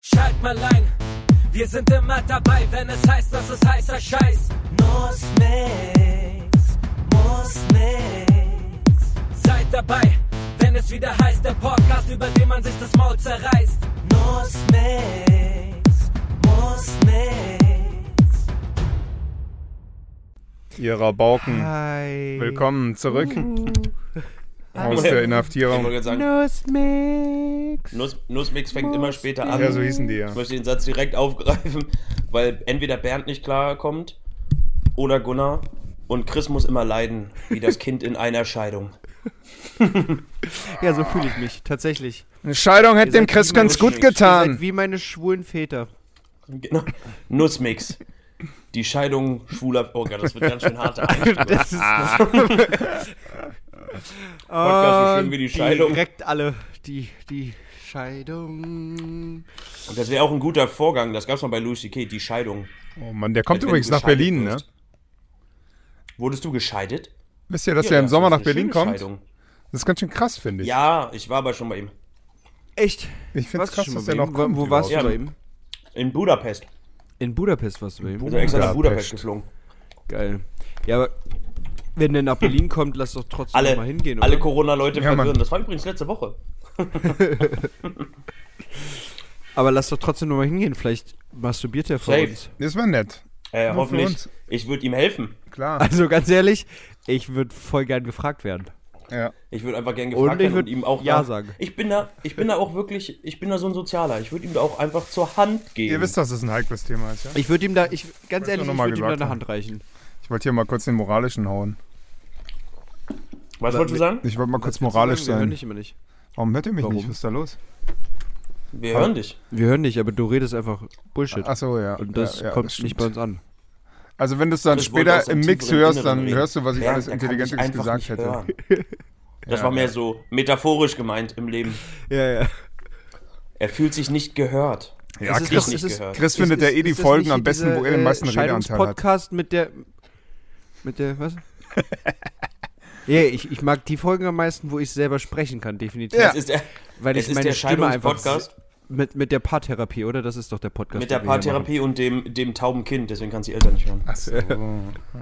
Schalt mal ein, wir sind immer dabei, wenn es heißt, dass es heißer Scheiß. Muss nix, muss nix, Seid dabei, wenn es wieder heißt, der Podcast, über den man sich das Maul zerreißt. muss nix, muss nix. ihrer Bauken. Hi. Willkommen zurück aus der Ich wollte Inhaftierung. gerade sagen, Nussmix. Nuss, Nussmix fängt immer später an. Ja, so hießen die ja. Ich möchte den Satz direkt aufgreifen, weil entweder Bernd nicht klarkommt oder Gunnar und Chris muss immer leiden, wie das Kind in einer Scheidung. Ja, so fühle ich mich, tatsächlich. Eine Scheidung hätte Ihr dem seid Chris wie ganz meine gut Schwester. Ihr seid getan. wie meine schwulen Väter. Genau. Nussmix. Die Scheidung schwuler. Oh Gott, das wird ganz schön hart. Das ist Podcast so Ah, schön wie die Und Scheidung. Ah, Direkt alle. Die, die Scheidung. Und das wäre auch ein guter Vorgang. Das gab es mal bei Louis C.K., die Scheidung. Oh Mann, der kommt Wenn übrigens du nach gescheidet Berlin, ne? wirst. Wurdest du gescheidet? Wisst ihr, dass er im das Sommer ist nach eine Berlin schöne kommt? Scheidung. Das ist ganz schön krass, finde ich. Ja, ich war aber schon bei ihm. Echt? Ich finde es Warst du krass, schon dass mal der bei noch ihm? kommt. Wo, wo warst du Ja. bei ihm? In Budapest. In Budapest warst du bei ihm. Also extra nach Budapest. Budapest geflogen. Geil. Ja, aber wenn der nach Berlin kommt, lass doch trotzdem alle, mal hingehen. alle oder? Corona-Leute Ja, Mann. verwirren. Das war übrigens letzte Woche. Aber lass doch trotzdem noch mal hingehen. Vielleicht masturbiert er vor Safe. uns. Das war nett. Äh, für hoffentlich. uns. Ich würde ihm helfen. Klar. Also ganz ehrlich, ich würde voll gern gefragt werden. Ja. Ich würde einfach gerne Und gefragt ich werden und würd ihm auch Ja nach- sagen. Ich bin da, ich bin da auch wirklich, ich bin da so ein Sozialer. Ich würde ihm da auch einfach zur Hand gehen. Ihr wisst, dass es ein heikles Thema ist, ja? Ich würde ihm da, ich, ganz ehrlich, noch ich mal würde ihm da gesagt eine haben. Hand reichen. Ich wollte hier mal kurz den moralischen hauen. Was wolltest du sagen? Ich wollte mal kurz Was willst du moralisch sagen? Wir hören sein. dich immer nicht. Warum hört ihr mich Warum? nicht? Was ist da los? Wir hören dich. Wir hören dich, aber du redest einfach Bullshit. Achso, ja. Halt. und das ja, ja, kommt stimmt. nicht bei uns an. Also wenn du es dann Das wollte aus später dem im Mix tieferen hörst, Inneren dann reden. hörst du, was ich Bernd, alles der kann dich Intelligentes einfach gesagt nicht hätte. hören. Das Ja. war mehr so metaphorisch gemeint im Leben. Ja, ja. Er fühlt sich nicht gehört. Ja, Es ist Chris, doch- nicht gehört. Chris findet ja eh die ist das Folgen nicht am besten, wo er den äh, meisten Redeanteil hat. Scheidungspodcast mit der, mit der, was? Ja, ich, ich mag die Folgen am meisten, wo ich selber sprechen kann, definitiv. Ja. Es ist, der- Weil es ich ist meine der Stimme einfach Scheidungspodcast mit, mit der Paartherapie, oder? Das ist doch der Podcast. mit der den wir hier machen. Paartherapie und dem, dem tauben Kind. Deswegen kannst du die Eltern nicht hören. Ach so.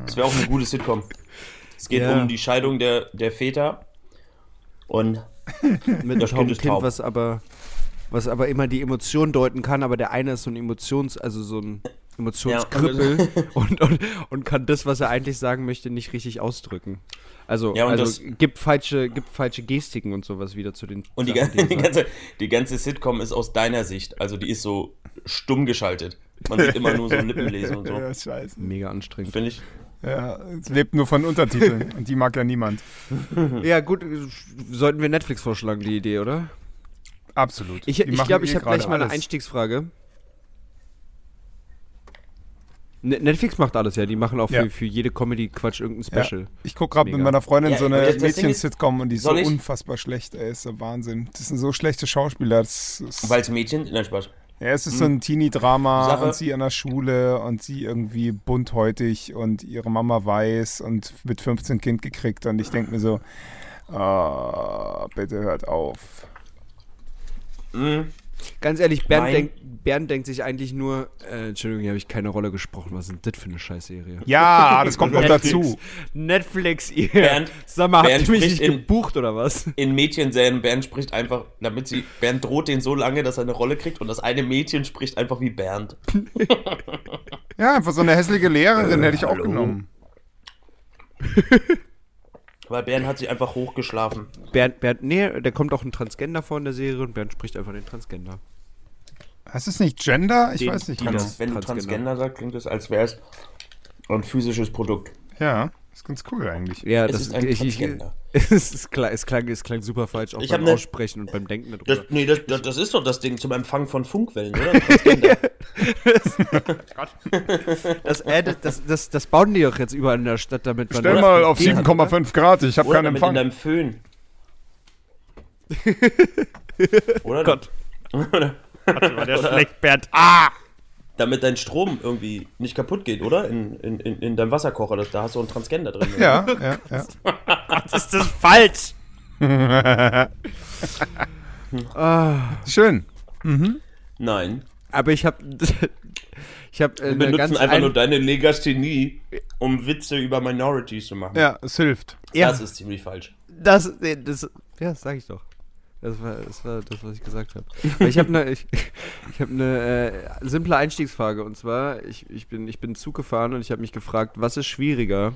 Das wäre auch eine gute Sitcom. Es geht Ja. um die Scheidung der, der Väter. Und mit Das einem Kind ist Kind, taub. was aber, was aber immer die Emotion deuten kann, aber der eine ist so ein Emotions-, also so ein Emotionskrippel und, und, und kann das, was er eigentlich sagen möchte, nicht richtig ausdrücken. Also, Ja, und also gibt, falsche, gibt falsche Gestiken und sowas wieder zu den Und die, Sachen, ganze, die, er sagt. ganze, die ganze Sitcom ist aus deiner Sicht, also die ist so stumm geschaltet. Man sieht immer nur so Lippenlesen und so. Ja, scheiße. Mega anstrengend. Finde ich. Ja, es lebt nur von Untertiteln und die mag ja niemand. Ja, gut, äh, sollten wir Netflix vorschlagen, die Idee, oder? Absolut. Ich Die glaube, ich, machen glaub, ich eh habe gleich gerade mal eine alles. Einstiegsfrage. Ne- Netflix macht alles, ja. Die machen auch Ja. für, für jede Comedy-Quatsch irgendein Special. Ja. Ich gucke gerade mit Mega. meiner Freundin Ja, so aber eine das- das Ding ist- Mädchen-Sitcom und die ist so Soll ich- unfassbar schlecht, ey. Ist der Wahnsinn. Das sind so schlechte Schauspieler. Das ist, Weil es Mädchen. Nein, Spaß. ja, es ist so Hm. ein Teenie-Drama Sache- und sie an der Schule und sie irgendwie bunthäutig und ihre Mama weiß und mit 15 Kind gekriegt. Und ich denke mir so, ah, bitte hört auf. Mhm. Ganz ehrlich, Bernd, Mein- denkt, Bernd denkt sich eigentlich nur, äh, Entschuldigung, hier habe ich keine Rolle gesprochen. Was ist denn das für eine Scheißserie? Ja, das kommt noch dazu. Netflix, ihr. Bernd- Sag mal, Bernd habt ihr mich spricht nicht in- gebucht oder was? In Mädchenserien, Bernd spricht einfach, damit sie. Bernd droht den so lange, dass er eine Rolle kriegt und das eine Mädchen spricht einfach wie Bernd. Ja, einfach so eine hässliche Lehrerin hätte ich auch genommen. Weil Bernd hat sich einfach hochgeschlafen. Bernd, Bernd, nee, da kommt auch ein Transgender vor in der Serie und Bernd spricht einfach den Transgender. Heißt es nicht Gender? Ich Den- weiß nicht die genau. das- Wenn du Transgender. Transgender sagst, klingt es, als wäre es ein physisches Produkt. Ja, ist ganz cool eigentlich. Ja, Es das ist ein ich, ich, Transgender. es, ist klar, es, klang, es klang super falsch, auch Ich beim hab ne- Aussprechen und beim Denken Das, darüber. nee, das, das, das ist doch das Ding zum Empfang von Funkwellen, oder? Transgender. Das, äh, das, das, das, das bauen die doch jetzt überall in der Stadt, damit man. Stell das mal auf geht, oder? 7,5 Grad, ich habe Oder keinen damit in Empfang. deinem Föhn. Oder Gott. Ah! damit dein Strom irgendwie nicht kaputt geht, oder? In, in, in, in deinem Wasserkocher, das, da hast du einen Transgender drin. oder? Ja, ja, ja. Ist das falsch? Schön. Nein. Aber ich habe ich hab äh, Wir eine benutzen ganz einfach ein- nur deine Legasthenie, um Witze über Minorities zu machen. Ja, es hilft. ja, Das ist ziemlich falsch. das, nee, das, ja, das sag ich doch. Das war das, war das was ich gesagt habe. Aber Ich habe eine ich, ich hab ne, äh, simple Einstiegsfrage. Und zwar, ich, ich, bin, ich bin Zug gefahren und ich habe mich gefragt, was ist schwieriger,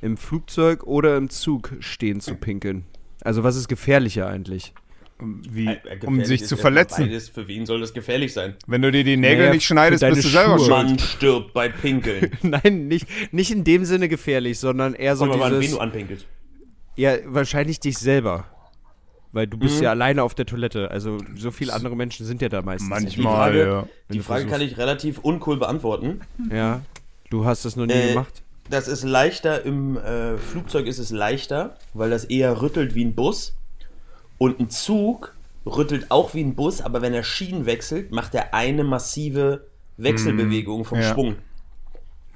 im Flugzeug oder im Zug stehen zu pinkeln? Also was ist gefährlicher eigentlich? Wie, Äh, gefährlich um sich ist zu erstmal verletzen. Beides. Für wen soll das gefährlich sein? Wenn du dir die Nägel Naja, nicht schneidest, für deine bist du selber Schuhe. schuld. Mann stirbt bei Pinkeln. Nein, nicht, nicht in dem Sinne gefährlich, sondern eher so Sag mal, wann wen dieses... du anpinkelst. Ja, wahrscheinlich dich selber. Weil du Mhm. bist ja alleine auf der Toilette. Also so viele andere Menschen sind ja da meistens. Die Manchmal, Frage, ja. die du Frage kann ich relativ uncool beantworten. nicht. Ja. Du hast das noch nie Äh, gemacht. Das ist leichter, im äh, Flugzeug ist es leichter, weil das eher rüttelt wie ein Bus. Und ein Zug rüttelt auch wie ein Bus, aber wenn er Schienen wechselt, macht er eine massive Wechselbewegung vom Mhm. ja. Schwung.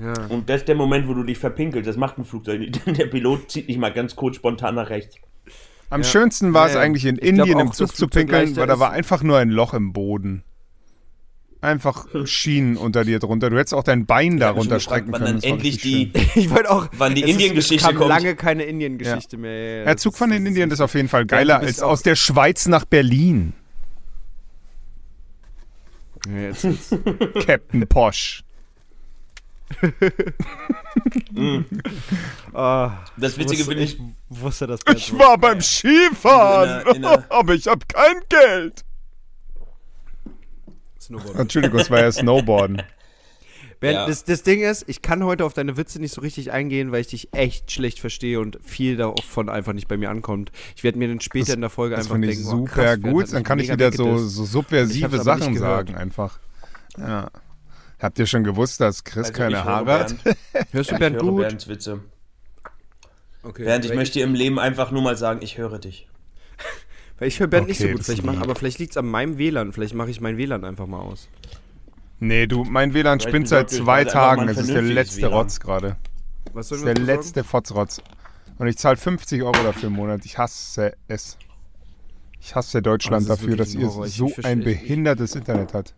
Ja. Und das ist der Moment, wo du dich verpinkelst. Das macht ein Flugzeug nicht. Der Pilot zieht nicht mal ganz kurz spontan nach rechts. Am schönsten war es Ja, ja. eigentlich in Ich glaub Indien auch, im dass Zug zu Flugzeug pinkeln, leichter weil da ist. war einfach nur ein Loch im Boden. Einfach Hm. Schienen unter dir drunter. Du hättest auch dein Bein Ich hab mich schon darunter gefragt, strecken wann können. dann das war endlich richtig die. schön. Ich wollte auch. Wann die es ist- Indien-Geschichte es kam kommt. lange keine Indien-Geschichte mehr. Ja, Ja, das Zug ist- von das den ist- Indien ist auf jeden Fall geiler bist als auch- aus der Schweiz nach Berlin. Ja, jetzt, jetzt. Captain Posch. Ah, Das Witzige wusste- bin ich. wusste das. Ich war beim In Skifahren, einer- in einer- aber ich habe kein Geld. Snowboard. Entschuldigung, es war ja Snowboarden. Ben, Ja. das, das Ding ist, ich kann heute auf deine Witze nicht so richtig eingehen, weil ich dich echt schlecht verstehe und viel davon einfach nicht bei mir ankommt. Ich werde mir dann später Das- in der Folge Das einfach finde denken, ich oh, krass, super Ben hat gut. Dann mich kann ich mega wieder so, weggedisst. so Ich hab's subversive aber nicht Sachen gehört. sagen, einfach. Ja. Habt ihr schon gewusst, dass Chris Also, ich keine höre Haare hat? Bernd. Hörst du Ich Bernd höre gut? Bernds Witze. Okay. Bernd, ich Weil möchte dir im Leben einfach nur mal sagen, ich höre dich. Weil ich höre Bernd nicht so Okay, gut, das vielleicht ist mach, lieb. aber vielleicht liegt es an meinem WLAN. Vielleicht mache ich mein WLAN einfach mal aus. Nee, du, mein WLAN spinnt sollte seit ich zwei also einfach mal ein Tagen. Es ist der vernünftiges letzte WLAN. Rotz gerade. Was Es sollen ist wir der uns besorgen? letzte Fotzrotz. Und ich zahle 50 Euro dafür im Monat. Ich hasse es. Ich hasse Deutschland Oh, das ist dafür, wirklich dass ein ihr Horror. Ich- so ich verstehe- ein ich- behindertes Internet hat.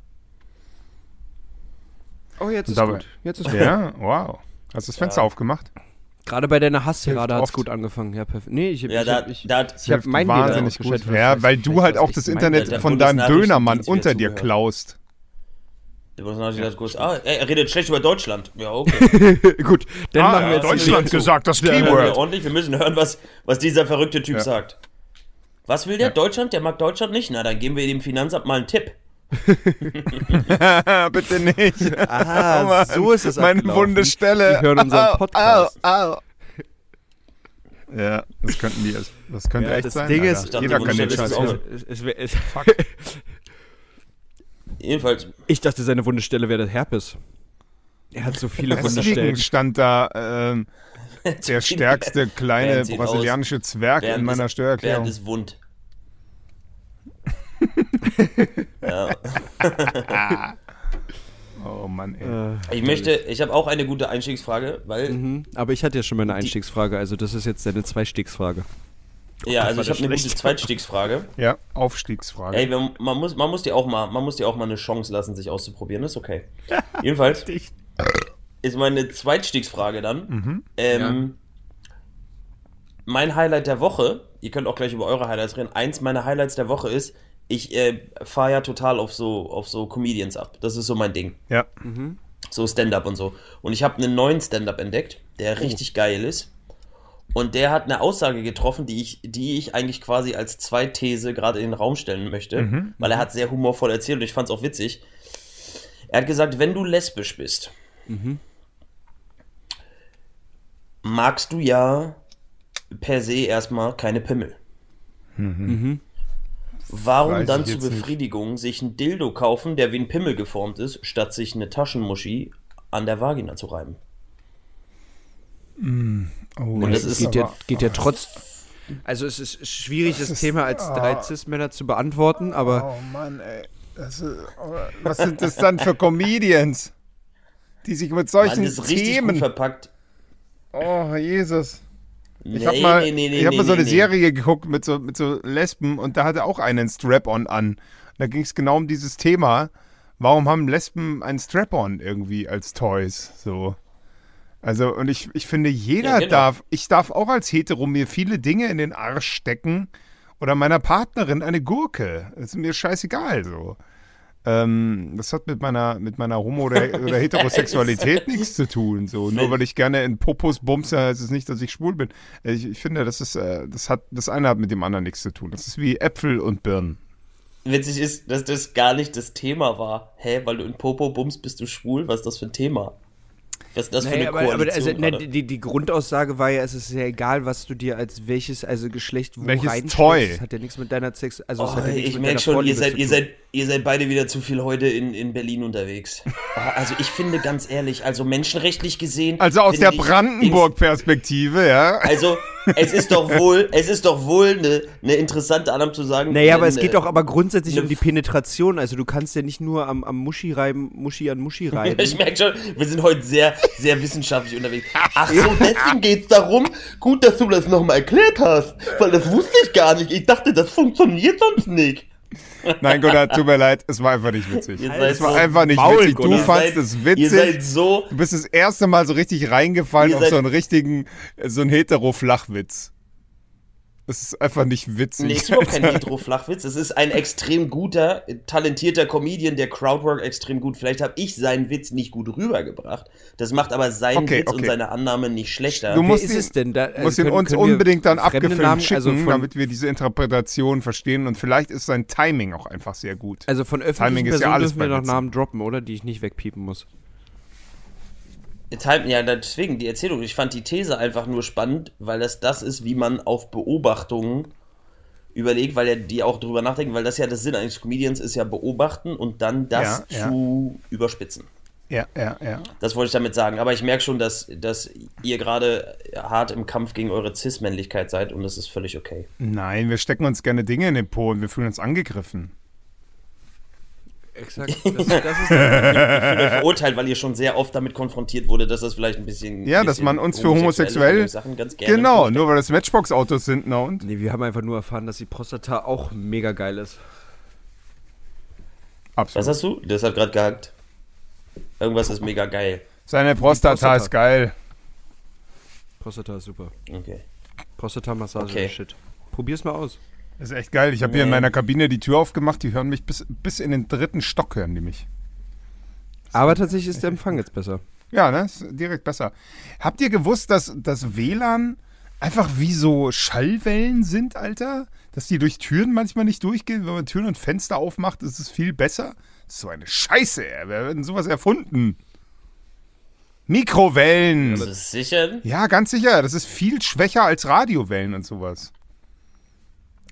Oh, jetzt ist Dabei- gut. Jetzt ist gut. Ja, wow. Hast du das Fenster aufgemacht? Gerade bei deiner Hilft Hasstirade hat es oft. gut angefangen. Ja, perfekt. Nee, ich, Ja, ich, da, ich, da, ich habe Hilft mein WLAN wahnsinnig gut. ausgeschaltet, weil Ja, ich weil weiß du nicht, halt was auch ich das mein Internet Der von deinem Bundesnachrichtendienst Dönermann wird unter dir zugehört. klaust. der Bolsonaro ja. groß. Ah, ey, er redet schlecht über Deutschland. Ja, okay. gut, dann Ah, machen ja, wir jetzt Deutschland zu. gesagt, das Dann hören wir Keyword. ordentlich. Wir müssen hören, was, was dieser verrückte Typ Ja. sagt. Was will der? Ja. Deutschland? Der mag Deutschland nicht. Na, dann geben wir dem Finanzamt mal einen Tipp. Bitte nicht. Ah, so ist es Meine abgelaufen. wunde Stelle. Die hören unseren Au, Podcast. Au, au. Ja, das könnten die. erst- Das könnte Ja, echt das sein. Ding Alter. ist- Ich dachte, jeder die kann den Wunde Scheiß. ist hören. auch- Es- es- es- Jedenfalls, Ich dachte, seine Wundestelle wäre das Herpes. Er hat so viele Deswegen Wundestellen. stand da ähm, der stärkste kleine Bernd sieht aus. brasilianische Zwerg Bernd in meiner ist, Steuererklärung. Bernd ist wund. ja. Oh Mann, ey. Ich möchte, ich habe auch eine gute Einstiegsfrage, weil, Mhm. Aber ich hatte ja schon meine Einstiegsfrage, also das ist jetzt deine Zweistiegsfrage. ja, also ich das habe eine gute schlecht. Zweitstiegsfrage. Ja, Aufstiegsfrage. Ey, wir- man muss, man muss dir auch mal, man muss dir auch mal eine Chance lassen, sich auszuprobieren. Ist okay. Jedenfalls ist meine Zweitstiegsfrage dann. Ähm, Mein Highlight der Woche. Ihr könnt auch gleich über eure Highlights reden. Eins meiner Highlights der Woche ist, ich äh, fahre ja total auf so, auf so Comedians ab. Das ist so mein Ding. ja. So Stand-up und so. Und ich habe einen neuen Stand-up entdeckt, der richtig geil ist. Und der hat eine Aussage getroffen, die ich, die ich eigentlich quasi als Zweithese gerade in den Raum stellen möchte, Mhm, weil er hat sehr humorvoll erzählt und ich fand es auch witzig. Er hat gesagt, wenn du lesbisch bist, Mhm. magst du ja per se erstmal keine Pimmel. Weiß Warum Mhm. ich dann zur jetzt nicht. Befriedigung sich ein Dildo kaufen, der wie ein Pimmel geformt ist, statt sich eine Taschenmuschi an der Vagina zu reiben? Oh, Und Und das das ist geht, ja, aber- geht ja trotz. Also es ist schwierig, das, ist- Thema als, als Cis-Männer zu beantworten, aber Oh Mann, ey. Das ist, was sind das dann für Comedians, die sich mit Mann, solchen das ist richtig gut Themen. verpackt. Oh, Jesus. Ich Nee, habe mal, nee, nee, nee, ich hab mal nee, so eine nee. Serie geguckt mit so, mit so Lesben und da hatte auch einen Strap-on an. Da ging es genau um dieses Thema, warum haben Lesben ein Strap-on irgendwie als Toys? So. Also, und ich, ich finde, jeder Ja, genau. darf, ich darf auch als Hetero mir viele Dinge in den Arsch stecken oder meiner Partnerin eine Gurke. Ist mir scheißegal so. Ähm, das hat mit meiner, mit meiner Homo- oder, oder Heterosexualität nichts zu tun. So. Nur weil ich gerne in Popos bumse, heißt es nicht, dass ich schwul bin. Ich, ich finde, das ist, äh, das hat, das eine hat mit dem anderen nichts zu tun. Das ist wie Äpfel und Birnen. Witzig ist, dass das gar nicht das Thema war. Hä, weil du in Popo bummst, bist du schwul? Was ist das für ein Thema? Was ist das Naja, für aber, eine aber also, Koalition ne, gerade? die, die Grundaussage war ja, es ist ja egal, was du dir als welches, also Geschlecht wo Welches reinsteckst. Toy? Das hat ja nichts mit deiner Sex, also es Oh, hat ja nichts ich mit merke deiner schon, ihr Vorliebe seid, zu ihr, tun. seid, ihr seid beide wieder zu viel heute in, in Berlin unterwegs. Oh, also ich finde ganz ehrlich, also menschenrechtlich gesehen. Also aus finde der ich- Brandenburg-Perspektive, ja. Also es ist doch wohl, es ist doch wohl eine eine interessante Annahme zu sagen. Naja, aber äh, es geht doch aber grundsätzlich ne- um die Penetration. Also du kannst ja nicht nur am, am Muschi reiben, Muschi an Muschi reiben. Ich merke schon, wir sind heute sehr, sehr wissenschaftlich unterwegs. Ach so, deswegen geht's darum. Gut, dass du das nochmal erklärt hast, weil das wusste ich gar nicht. Ich dachte, das funktioniert sonst nicht. Nein, Gunnar, tut mir leid, es war einfach nicht witzig. Ihr seid Es war so einfach nicht Maul, witzig. Du Gunnar. Ihr fandst seid- es Ihr seid witzig. so, Du bist das erste Mal so richtig reingefallen Ihr auf seid- so einen richtigen, so einen hetero-Flachwitz. Das ist einfach nicht witzig. Nee, ist überhaupt kein Hetero-Flachwitz. Es ist ein extrem guter, talentierter Comedian, der Crowdwork extrem gut. Vielleicht habe ich seinen Witz nicht gut rübergebracht. Das macht aber seinen Okay, Witz und okay. seine Annahme nicht schlechter. Du Wer musst ist ihn- es denn da? Also Du musst ihn Äh, können- uns können wir unbedingt dann fremde abgefilmt Namen- schicken, also von, damit wir diese Interpretation verstehen. Und vielleicht ist sein Timing auch einfach sehr gut. Also von öffentlichen Timing ist ja Personen alles dürfen wir bei noch Witzen. Namen droppen, oder? Die ich nicht wegpiepen muss. Jetzt halt- Ja, deswegen die Erzählung. Ich fand die These einfach nur spannend, weil das das ist, wie man auf Beobachtungen überlegt, weil ja die auch drüber nachdenken, weil das ja der Sinn eines Comedians ist ja beobachten und dann das Ja, ja. zu überspitzen. ja, ja, ja. Das wollte ich damit sagen. Aber ich merke schon, dass, dass ihr gerade hart im Kampf gegen eure Cis-Männlichkeit seid und das ist völlig okay. Nein, wir stecken uns gerne Dinge in den Po und wir fühlen uns angegriffen. Exakt. Das, das ist Ich bin verurteilt, weil ihr schon sehr oft damit konfrontiert wurde, dass das vielleicht ein bisschen. Ja, bisschen dass man uns für homosexuelle homosexuell- Sachen ganz gerne Genau, nur weil das Matchbox-Autos sind, na und? nee, wir haben einfach nur erfahren, dass die Prostata auch mega geil ist. Was Absolut. hast du? Das hat gerade gehackt. Irgendwas ist mega geil. Seine Prostata, Prostata. ist geil. Prostata ist super. Okay. Prostata-Massage, Okay. shit. Probier's mal aus. Das ist echt geil. Ich habe hier in Nee. meiner Kabine die Tür aufgemacht. Die hören mich bis, bis in den dritten Stock, hören die mich. Aber tatsächlich ist der Empfang jetzt besser. Ja, ne? Ist direkt besser. Habt ihr gewusst, dass das WLAN einfach wie so Schallwellen sind, Alter? Dass die durch Türen manchmal nicht durchgehen? Wenn man Türen und Fenster aufmacht, ist es viel besser? So eine Scheiße, ey. Wer hat denn sowas erfunden? Mikrowellen. Ist Ja, Also es sicher? ganz sicher. Das ist viel schwächer als Radiowellen und sowas.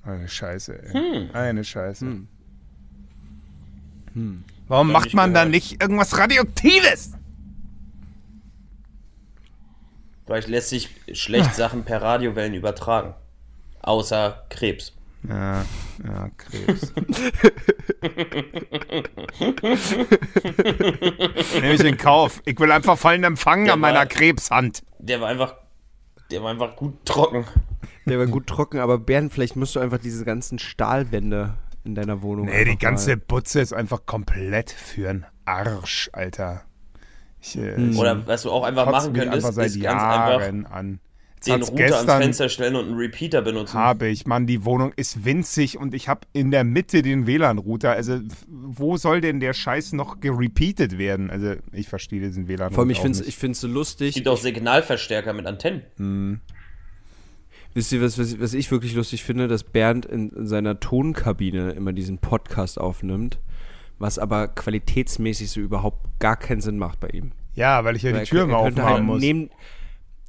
Eine Scheiße, ey. Hm. Eine Scheiße. Hm. Warum Hab macht ich man da gehört. nicht irgendwas Radioaktives? Vielleicht lässt sich Ah. schlecht Sachen per Radiowellen übertragen. Außer Krebs. Ja, ja, Krebs. Nehme ich in Kauf. Ich will einfach fallen empfangen Ja, an meiner aber- Krebshand. Der war einfach. Der war einfach gut trocken. Der war gut trocken, aber Bernd, vielleicht musst du einfach diese ganzen Stahlwände in deiner Wohnung. Nee, die einfach ganze Mal. Butze ist einfach komplett für'n Arsch, Alter. Ich, äh, ich Oder was du auch einfach kotz machen mich könntest, einfach seit ist ganz einfach Jahren an. Jetzt den hat's Router ans Fenster stellen und einen Repeater benutzen. habe ich, Mann, die Wohnung ist winzig und ich habe in der Mitte den WLAN-Router. Also, f- wo soll denn der Scheiß noch gerepeatet werden? Also, ich verstehe diesen WLAN-Router. Vor allem, ich auch find's, nicht. ich find's so lustig. gibt auch Signalverstärker mit Antennen. Mhm. Wisst ihr, was, was, was ich wirklich lustig finde, dass Bernd in, in seiner Tonkabine immer diesen Podcast aufnimmt, was aber qualitätsmäßig so überhaupt gar keinen Sinn macht bei ihm. Ja, weil ich ja Weil die Tür er, immer er könnte aufmachen halt muss. Neben,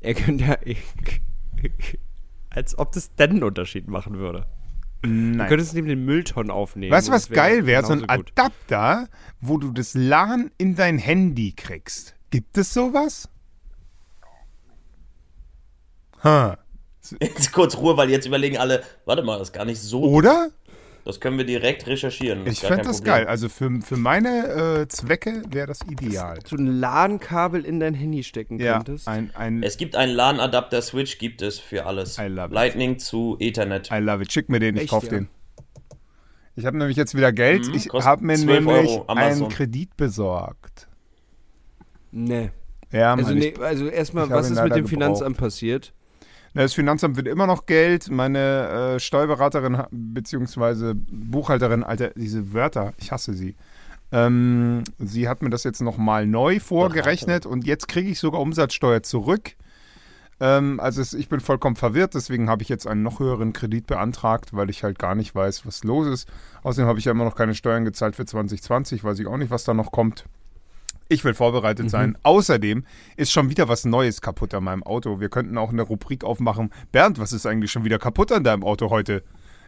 er könnte ja. Als ob das denn einen Unterschied machen würde. Du Nein. könntest neben den Mülltonnen aufnehmen. Weißt du, und was es wäre geil wäre? So ein genauso gut. Adapter, wo du das LAN in dein Handy kriegst. Gibt es sowas? Ha. Jetzt kurz Ruhe, weil jetzt überlegen alle, warte mal, das ist gar nicht so. Oder? Das können wir direkt recherchieren. Ich gar fände kein das Problem. geil. Also für, für meine äh, Zwecke wäre das ideal. So ein LAN-Kabel in dein Handy stecken Ja, könntest. ein, ein Es gibt einen LAN-Adapter-Switch, gibt es für alles. I love it. Lightning zu Ethernet. I love it. Schick mir den, ich Echt, kauf ja? den. Ich habe nämlich jetzt wieder Geld. Mhm, ich kostet habe mir 12 nämlich Euro, einen Amazon. Kredit besorgt. Nee. Ja, Mann, Also, ich nee, also erstmal, ich habe was ihn ist mit leider dem gebraucht. Finanzamt passiert? Na, Das Finanzamt wird immer noch Geld. Meine äh, Steuerberaterin ha- beziehungsweise Buchhalterin, Alter, diese Wörter, ich hasse sie. Ähm, sie hat mir das jetzt nochmal neu vorgerechnet und jetzt kriege ich sogar Umsatzsteuer zurück. Ähm, also es, ich bin vollkommen verwirrt, deswegen habe ich jetzt einen noch höheren Kredit beantragt, weil ich halt gar nicht weiß, was los ist. Außerdem habe ich ja immer noch keine Steuern gezahlt für 2020, weiß ich auch nicht, was da noch kommt. Ich will Mhm. vorbereitet sein. Außerdem ist schon wieder was Neues kaputt an meinem Auto. Wir könnten auch eine Rubrik aufmachen. Bernd, was ist eigentlich schon wieder kaputt an deinem Auto heute?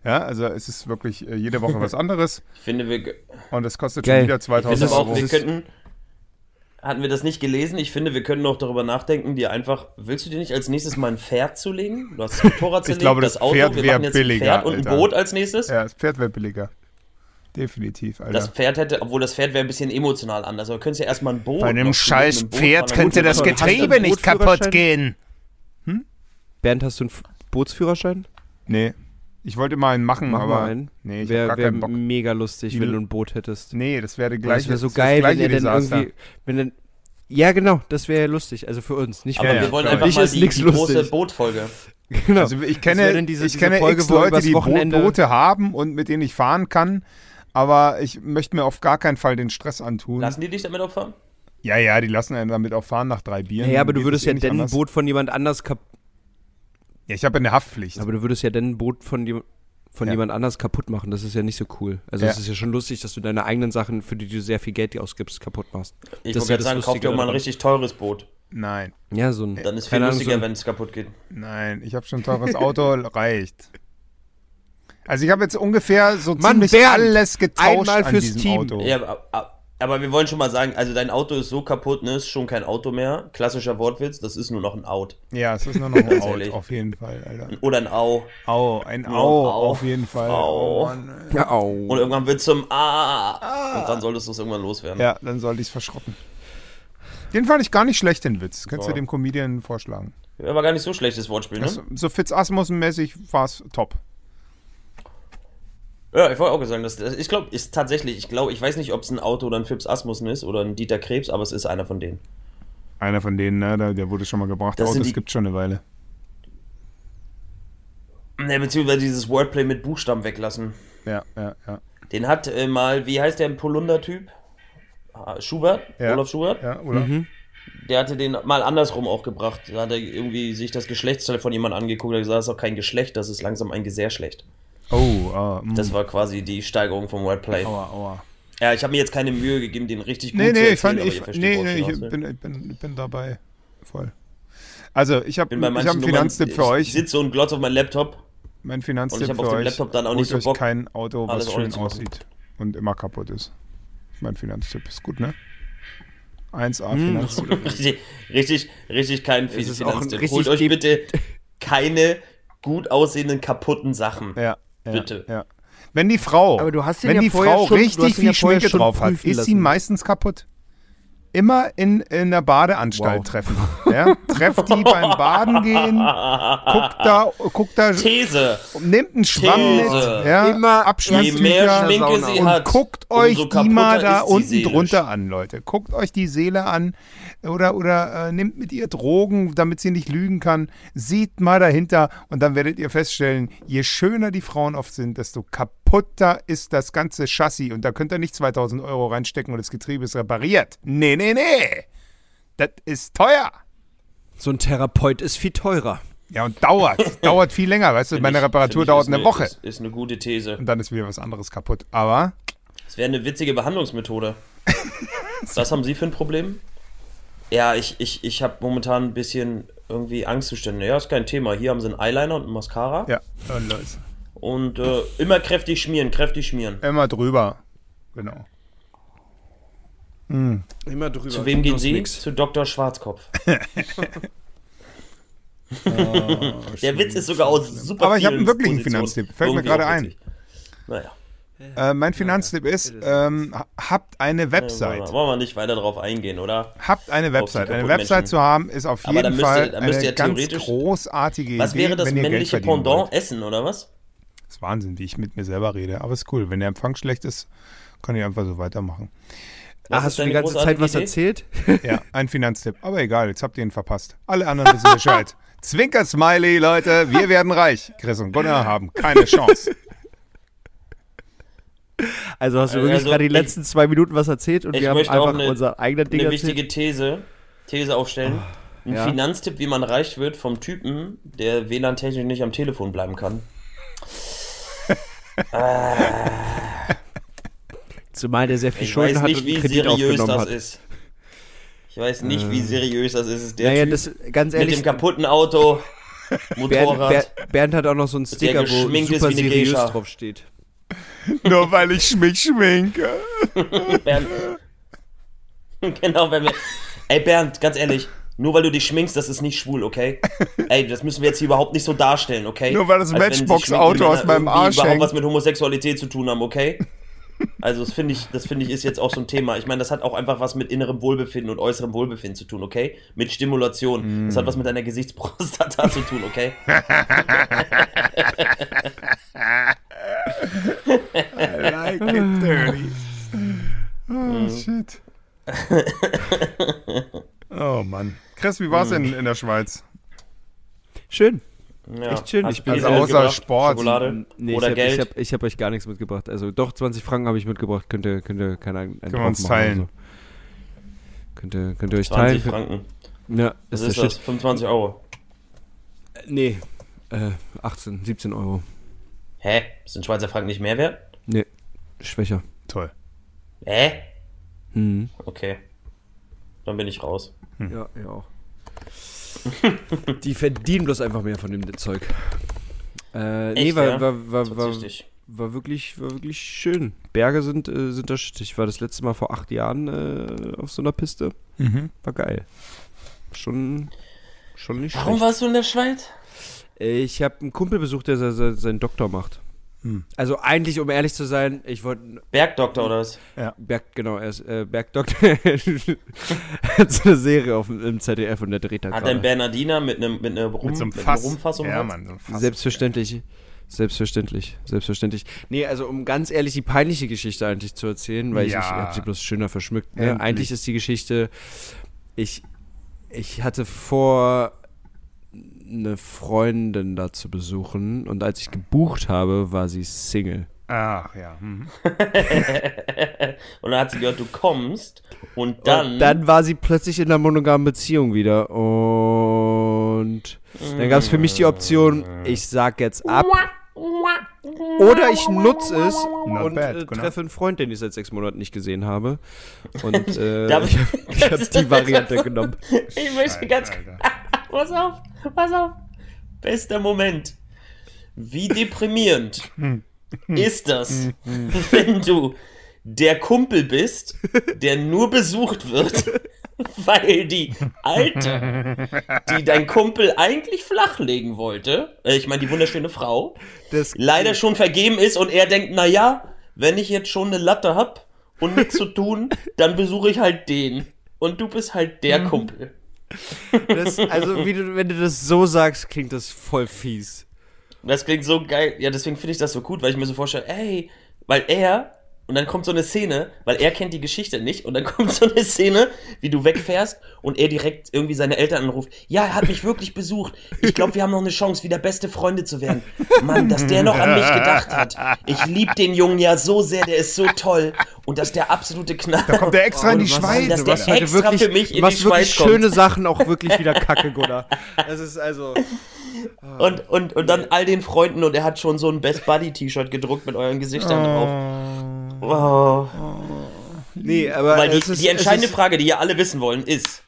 Ja, also es ist wirklich äh, jede Woche was anderes Ich finde, wir, ich und es kostet Geil. schon wieder finde 2000 aber auch, Euro. wir könnten. Hatten wir das nicht gelesen? Ich finde, wir können noch darüber nachdenken, dir einfach. Willst du dir nicht als nächstes mal ein Pferd zulegen? Du hast das Motorrad Ich zerlegt, glaube, das, das Auto, Pferd wir wär machen jetzt billiger, ein Pferd und Alter. ein Boot als nächstes. Ja, das Pferd wäre billiger. Definitiv, Alter. Das Pferd hätte, obwohl das Pferd wäre ein bisschen emotional anders, aber könntest ja erstmal ein Boot. Bei einem noch zulegen, scheiß ein Boot Pferd fahren, könnte gut, das aber- Getriebe einen nicht Bootführerschein? kaputt gehen. Bernd, hast du einen F- Bootsführerschein? Nee, ich wollte mal einen machen, Mach aber mal einen. nee, ich Wäre hab gar wär keinen Bock. mega lustig, Die- wenn du ein Boot hättest. Nee, das wäre Gleich, gleich das wäre so das geil, wenn gleiche er dann Desaster. irgendwie. Wenn dann, ja, genau, das wäre ja lustig. Also für uns, nicht für Aber Ja, wir dich. wollen für einfach mich mal ist die, nix die große lustig. Bootfolge. Genau. Also ich wäre kenne, dann diese- ich diese kenne Folge, x wo Leute, übers die Bo- Wochenende- Boote haben und mit denen ich fahren kann, aber ich möchte mir auf gar keinen Fall den Stress antun. Lassen die dich damit opfern? ja, ja, die lassen einen damit auch fahren nach drei Bieren. Naja, aber du Geht würdest das eh ja nicht dann ein anders. Boot von jemand anders kap Ja, ich habe eine Haftpflicht. aber du würdest ja dann ein Boot von jem- von Ja. jemand anders kaputt machen, das ist ja nicht so cool. Also Ja. es ist ja schon lustig, dass du deine eigenen Sachen, für die du sehr viel Geld ausgibst, kaputt machst. Ich Das wollte ist ja gerade das sagen, kauf dir Lustige auch mal ein daran. richtig teures Boot. Nein, Ja, so ein. Dann ist viel keine Ahnung, lustiger, so ein, wenn es kaputt geht. nein, ich habe schon ein teures Auto, reicht. Also ich habe jetzt ungefähr so Mann, ziemlich Bernd, alles getauscht einmal an fürs diesem Team. Auto. Ja, aber- aber, aber wir wollen schon mal sagen, also dein Auto ist so kaputt, ne, ist schon kein Auto mehr. Klassischer Wortwitz, das ist nur noch ein Out. Ja, es ist nur noch ein Ganz Out, ehrlich. auf jeden Fall, Alter. Oder ein Au. Au, ein Au, Au. auf jeden Fall. Au. Oh, Mann, ey. ja, au. Und irgendwann wird zum Ah. Und dann solltest du es irgendwann loswerden. Ja, dann sollte ich es verschrotten. Den fand ich gar nicht schlecht, den Witz. Kannst du Ja. dem Comedian vorschlagen. Ja. Aber gar nicht so schlechtes Wortspiel, ne? Das, so Fitzasmus-mäßig war es top. Ja, ich wollte auch sagen, dass, dass ich glaube, ist tatsächlich, ich glaube, ich weiß nicht, ob es ein Auto oder ein Fips Asmussen ist oder ein Dieter Krebs, aber es ist einer von denen. Einer von denen, ne, der, der wurde schon mal gebracht. Das Das sind Autos die- gibt schon eine Weile. Ne, beziehungsweise dieses Wordplay mit Buchstaben weglassen. Ja, ja, ja. Den hat äh, mal, wie heißt der Polunder-Typ? Ah, Schubert, Ja. Olaf Schubert. Ja, oder? Der hatte den mal andersrum auch gebracht. Da hat er irgendwie sich das Geschlechtsteil von jemandem angeguckt und gesagt, das ist auch kein Geschlecht, das ist langsam ein Gesäßschlecht. Oh, ah, mh. Das war quasi die Steigerung vom Wordplay. Aua, aua. Ja, ich habe mir jetzt keine Mühe gegeben, den richtig gut Nee, zu nee, ich erzählen, fand, aber ich, ihr versteht, nee, worauf nee, ich ich hinaus will. bin, ich bin, ich bin dabei. Voll. Also, ich habe bin bei hab manchen einen Finanztipp für Nummern- euch. Ich sitze und glotze auf meinen Laptop. Mein Und ich Finanztipp hab für auf dem euch. Laptop dann auch Holt nicht so euch Bock, kein Auto, alles was schön ordentlich zu machen. aussieht und immer kaputt ist. Ist Mein Finanztipp ist gut, ne? 1A Hm. Finanztipp. Richtig, richtig, richtig kein Es ist auch ein Finanztipp. richtig Holt euch dem- bitte keine gut aussehenden kaputten Sachen. Ja, ja, Bitte. Ja. Wenn die Frau, Aber du hast ihn wenn ja die vorher Frau schon- du hast richtig ihn ja viel vorher Schminke schon drauf hat, prüfen ist sie lassen. meistens kaputt. Immer in, in der Badeanstalt Wow. treffen. Ja? Trefft die beim Baden gehen, guckt da, guckt da, These. nimmt einen Schwamm These. mit, ja? Immer- Je Abschminktücher. mehr Schminke Sauna. sie Und hat, Guckt euch umso die mal kaputter da ist sie unten seelisch. drunter an, Leute. Guckt euch die Seele an oder, oder äh, nehmt mit ihr Drogen, damit sie nicht lügen kann. Seht mal dahinter und dann werdet ihr feststellen, je schöner die Frauen oft sind, desto kaputter ist das ganze Chassis und da könnt ihr nicht 2000 Euro reinstecken und das Getriebe ist repariert. Nee, nee, nee. Das ist teuer. so ein Therapeut ist viel teurer. Ja, und dauert. dauert viel länger, weißt du? Find Meine ich- Reparatur find ich, dauert ist eine Woche. Ist, ist eine gute These. Und dann ist wieder was anderes kaputt. Aber Das wäre eine witzige Behandlungsmethode. Was haben Sie für ein Problem? Ja, ich, ich, ich habe momentan ein bisschen irgendwie Angstzustände. Ja, ist kein Thema. Hier haben Sie einen Eyeliner und einen Mascara. ja, Oh, und los. Und äh, immer kräftig schmieren, kräftig schmieren. Immer drüber. Genau. Immer drüber. Zu wem gehen Sie? Zu Dr. Schwarzkopf. Oh, Der Witz ist sogar aus super Aber ich hab vielen einen wirklichen Positionen Finanztipp. Fällt mir irgendwie gerade auch ein. witzig. Naja, Äh, mein Finanztipp ist, ähm, ha- habt Äh, eine wollen Website. wir, wollen wir nicht weiter drauf eingehen, oder? Habt eine Website. Eine kaputten Website Menschen. zu haben, ist auf Aber jeden dann müsst ihr- Fall dann müsst ihr eine ja ganz theoretisch- großartige Was Idee, wäre das wenn ihr Geld männliche verdienen Pendant? wollt. Essen, oder was? ist Wahnsinn, wie ich mit mir selber rede. Aber ist cool. Wenn der Empfang schlecht ist, kann ich einfach so weitermachen. Ah, ist hast du die deine ganze Zeit großartige was Idee? erzählt? Ja, ein Finanztipp. Aber egal, jetzt habt ihr ihn verpasst. Alle anderen wissen Bescheid. Zwinker-Smiley, Leute, wir werden reich. Chris und Gunnar haben keine Chance. Also hast du Also, wirklich gerade die ich- letzten zwei Minuten was erzählt und ich wir haben möchte auch einfach eine- unser eigenes Ding Eine erzählt. wichtige These, These aufstellen. Ein Ah, ja. Finanztipp, wie man reich wird vom Typen, der WLAN-technisch nicht am Telefon bleiben kann. Zumal der sehr viel Ich Schulden weiß hat nicht, und einen wie Kredit seriös aufgenommen das hat. Äh. ist. Ich weiß nicht, wie seriös das ist. ist der Naja, typ das, ganz mit ehrlich, dem kaputten Auto, Bernd, Motorrad. Ber- Bernd hat auch noch so einen Sticker, wo geschminkt ist super wie eine seriös Geisha. draufsteht. Nur weil ich mich schminke. Bernd. genau, wenn wir. Ey, Bernd, ganz ehrlich, nur weil du dich schminkst, das ist nicht schwul, okay? Ey, das müssen wir jetzt hier überhaupt nicht so darstellen, okay? Nur weil das Als wenn sich Matchbox-Auto schminkende aus Männer meinem irgendwie Arsch überhaupt hängt. was mit Homosexualität zu tun haben, okay? Also, das finde ich, das finde ich ist jetzt auch so ein Thema. Ich meine, das hat auch einfach was mit innerem Wohlbefinden und äußerem Wohlbefinden zu tun, okay? Mit Stimulation. Das hat was mit deiner Gesichtsprostata zu tun, okay? Like it dirty. Oh, shit. Oh, Mann. Chris, wie war's in, in der Schweiz? Schön. Ja. Echt schön, Hat ich bin alles Also mitgebracht? außer Sport. Schokolade Nee, oder ich hab, Geld. Ich habe ich hab euch gar nichts mitgebracht. Also doch, 20 Franken habe ich mitgebracht. Könnt ihr, könnt ihr keine Ahnung. wir uns teilen. also. Könnt, ihr, könnt ihr euch 20 teilen. Franken. Ja, Was ist der ist das? Shit. 25 Euro. Nee, äh, 18, 17 Euro. Hä? Sind Schweizer Franken nicht mehr wert? Nee, schwächer. Toll. Hä? Hm. Okay. Dann bin ich raus. Ja, ja auch. Die verdienen bloß einfach mehr von dem Zeug. Äh, nee, Echt, war, ja? war, war, war, Tatsächlich. war, wirklich, war wirklich schön. Berge sind, äh, sind da shit. Ich war das letzte Mal vor acht Jahren äh, auf so einer Piste. War geil. Schon, schon nicht Warum schlecht. warst du in der Schweiz? Ich habe einen Kumpel besucht, der se- se- seinen Doktor macht. Also eigentlich, um ehrlich zu sein, ich wollte Bergdoktor oder was? Berg, genau, er ist äh, Bergdoktor. Hat so eine Serie auf, dem- im ZDF und der dreht da Hat ein gerade. Bernardiner mit einem mit einem Rum, Mit so einem mit Fass. einem Rumfass um den ja, Hals? Mann, so ein Fass. Selbstverständlich. Selbstverständlich, selbstverständlich. Nee, also um ganz ehrlich die peinliche Geschichte eigentlich zu erzählen, weil Ja. ich, ich habe sie bloß schöner verschmückt. Ne? Endlich. Eigentlich ist die Geschichte, ich, ich hatte vor, eine Freundin da zu besuchen und als ich gebucht habe, war sie Single. Ach, ja. Mhm. Und dann hat sie gehört, du kommst und dann, Und dann war sie plötzlich in einer monogamen Beziehung wieder. Und dann gab es für mich die Option, ich sag jetzt ab. Oder ich nutze es Not und bad, äh, genau. treffe einen Freund, den ich seit sechs Monaten nicht gesehen habe. Und äh, Darf ich- ich, hab- ich habe die Variante genommen. ich möchte ganz Alter. pass auf, pass auf. Bester Moment. Wie deprimierend ist das, wenn du der Kumpel bist, der nur besucht wird, weil die Alte, die dein Kumpel eigentlich flachlegen wollte, äh, ich meine die wunderschöne Frau, Das, leider schon vergeben ist und er denkt, na ja, wenn ich jetzt schon eine Latte hab und nichts zu tun, dann besuche ich halt den. Und du bist halt der Kumpel. das, also wie du, wenn du das so sagst, klingt das voll fies. Das klingt so geil. Ja, deswegen finde ich das so gut, weil ich mir so vorstelle, ey, weil er, und dann kommt so eine Szene, weil er kennt die Geschichte nicht, und dann kommt so eine Szene, wie du wegfährst und er direkt irgendwie seine Eltern anruft. Ja, er hat mich wirklich besucht. Ich glaube, wir haben noch eine Chance, wieder beste Freunde zu werden. Mann, dass der noch an mich gedacht hat. Ich liebe den Jungen ja so sehr, der ist so toll. Und dass der absolute Knaller. Kommt der extra Oh, in die Oder was- Schweiz? dass oder der Was heute extra Also wirklich, für mich in die was wirklich Schweiz kommt. schöne Sachen auch wirklich wieder kacke, Gunnar. Das ist also. Und, und, und dann all den Freunden und er hat schon so ein Best Buddy-T-Shirt gedruckt mit euren Gesichtern drauf. Wow. Nee, aber Weil die, es ist, die entscheidende es ist, Frage, die ja alle wissen wollen, ist,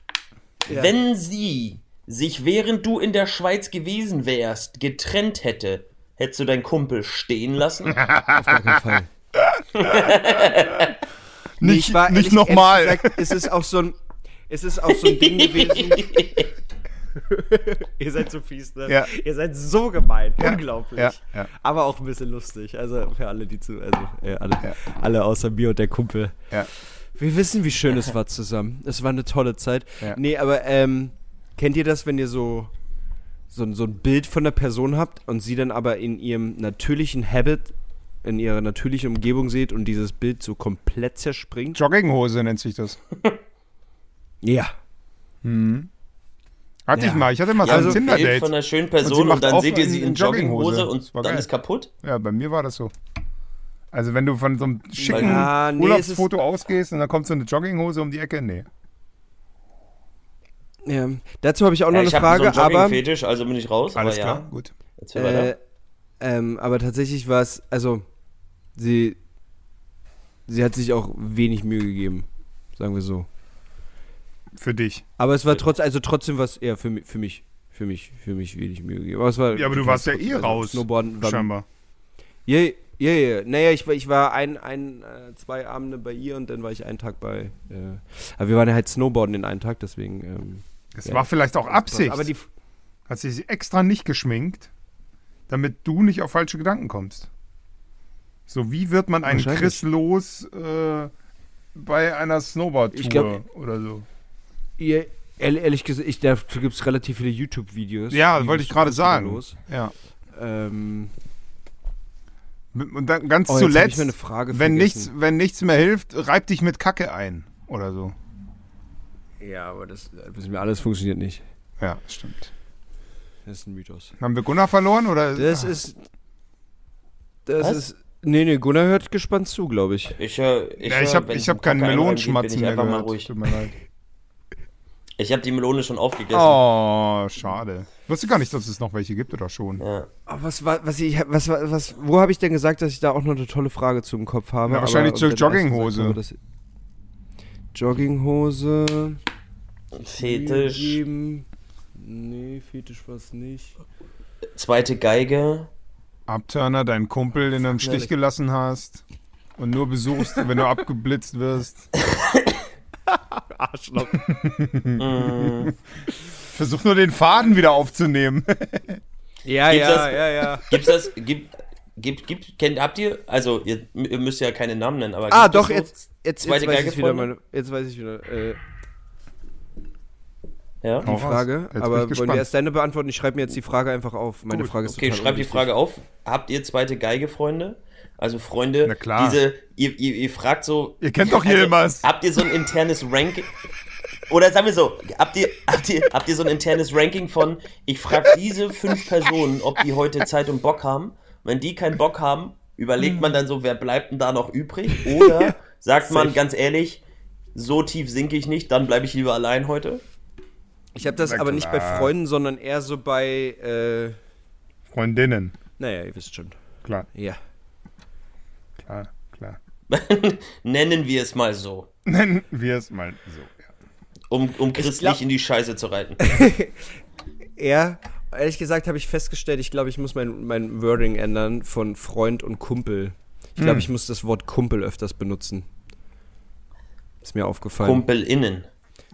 wenn sie sich, während du in der Schweiz gewesen wärst, getrennt hätte, hättest du deinen Kumpel stehen lassen? Fall. nicht Ich war nicht ehrlich- nochmal. ehrlich gesagt, Es ist auch so ein. Es ist auch so ein Ding gewesen. Ihr seid so fies, ne? Ja. Ihr seid so gemein. Unglaublich. Ja, ja. Aber auch ein bisschen lustig. Also für alle, die zu. Also äh, alle, alle außer mir und der Kumpel. Ja. Wir wissen, wie schön es war zusammen. Es war eine tolle Zeit. Ja. Nee, aber ähm, kennt ihr das, wenn ihr so so, ein- so ein Bild von der Person habt und sie dann aber in ihrem natürlichen Habit, in ihrer natürlichen Umgebung seht und dieses Bild so komplett zerspringt? Jogginghose nennt sich das. Ja. Hatte Ja. ich mal. Ich hatte mal so also ein Bild von Tinder-Date. einer schönen Und sie Person und, macht dann auf seht ihr in- sie in in Jogginghose. Jogginghose Das und war dann geil. ist kaputt. Ja, bei mir war das so. Also wenn du von so einem schicken Ah, nee, es ist- Urlaubsfoto ausgehst und dann kommt so eine Jogginghose um die Ecke, nee. ja. Dazu habe ich auch noch Ja, ich eine habe Frage, so einen aber. Jogging-Fetisch, also bin ich raus. Alles aber klar, ja, gut. jetzt wir Äh, weiter. ähm, aber tatsächlich war es, also sie, sie hat sich auch wenig Mühe gegeben, sagen wir so. Für dich. Aber es war trotz, also trotzdem was eher für, mi- für mich, für mich, für mich wenig Mühe gegeben. Aber es war, Ja, aber du warst ja eh also raus. Snowboarden war, Scheinbar. Ja, ja, ja. Naja, ich, war- ich war ein, ein, äh, zwei Abende bei ihr und dann war ich einen Tag bei. Äh, aber wir waren ja halt Snowboarden in einem Tag, deswegen. Ähm, Das Ja. war vielleicht auch Absicht. Aber die, Hat sie sich extra nicht geschminkt, damit du nicht auf falsche Gedanken kommst. So wie wird man einen Wahrscheinlich. Chris los äh, bei einer Ich Snowboard-Tour glaub- oder so? ihr, ehrlich, ehrlich gesagt, ich, da gibt es relativ viele YouTube-Videos. Ja, Die wollte ich sind gerade super sagen. Los. Ja. Ähm, Und dann ganz oh, jetzt hab ich zuletzt, mir eine Frage wenn, nichts, vergessen. wenn nichts mehr hilft, reib dich mit Kacke ein oder so. Ja, aber das, das mir alles funktioniert nicht. Ja, stimmt. Das ist ein Mythos. Haben wir Gunnar verloren oder? Das ist. Das ist. Nee, nee, Gunnar hört gespannt zu, glaube ich. Ich höre, ich, ja, ich hör, habe wenn ich die hab keinen Kacke einrollen geht, bin Melonenschmatzen ich mehr einfach mal gehört. ruhig. Tut mir leid. Ich habe die Melone schon aufgegessen. Oh, schade. Wusste gar nicht, dass es noch welche gibt oder schon. Ja. Oh, was war, was ich, was, war- was, wo habe ich denn gesagt, dass ich da auch noch eine tolle Frage zum Kopf habe? Na, Aber- wahrscheinlich und zur dann erst gesagt Jogginghose. habe, dass- Jogginghose. Fetisch, Geben. Nee, Fetisch was nicht. zweite Geige. Abturner deinen Kumpel, den du im Stich gelassen hast und nur besuchst, wenn du abgeblitzt wirst. Arschloch. Mhm. Versuch nur den Faden wieder aufzunehmen. Ja, Gibt's ja, das- ja, ja. Gibt's das? Gibt, gibt, gibt, kennt, habt ihr? Also, ihr, ihr müsst ja keine Namen nennen, aber. gibt Ah, es doch, so- jetzt, jetzt, jetzt zweite weiß Geige ich wieder voll? meine, jetzt weiß ich wieder, äh, Ja. die Frage. Jetzt bin ich aber wollen gespannt. wir erst deine beantworten? Ich schreibe mir jetzt die Frage einfach auf. Meine Gut. Frage ist Okay, total schreibt die unwichtig. Frage auf. Habt ihr zweite Geige, Freunde? Also Freunde, Na klar. diese, ihr, ihr, ihr fragt so. also, Ihr kennt doch Yilmaz. Habt ihr so ein internes Ranking? Oder sagen wir so, habt ihr, habt ihr, habt ihr so ein internes Ranking von, ich frage diese fünf Personen, ob die heute Zeit und Bock haben. Wenn die keinen Bock haben, überlegt man dann so, wer bleibt denn da noch übrig? Oder sagt man ganz ehrlich, so tief sinke ich nicht, dann bleibe ich lieber allein heute. Ich habe das Na aber nicht bei klar. Freunden, sondern eher so bei, äh, Freundinnen. naja, ihr wisst schon. Klar, Ja. klar, klar. Nennen wir es mal so, Nennen wir es mal so. um, um Chris glaub- nicht in die Scheiße zu reiten. Ja, ehrlich gesagt habe ich festgestellt, ich glaube, ich muss mein, mein Wording ändern von Freund und Kumpel. Ich glaube, ich muss das Wort Kumpel öfters benutzen. Ist mir aufgefallen. KumpelInnen.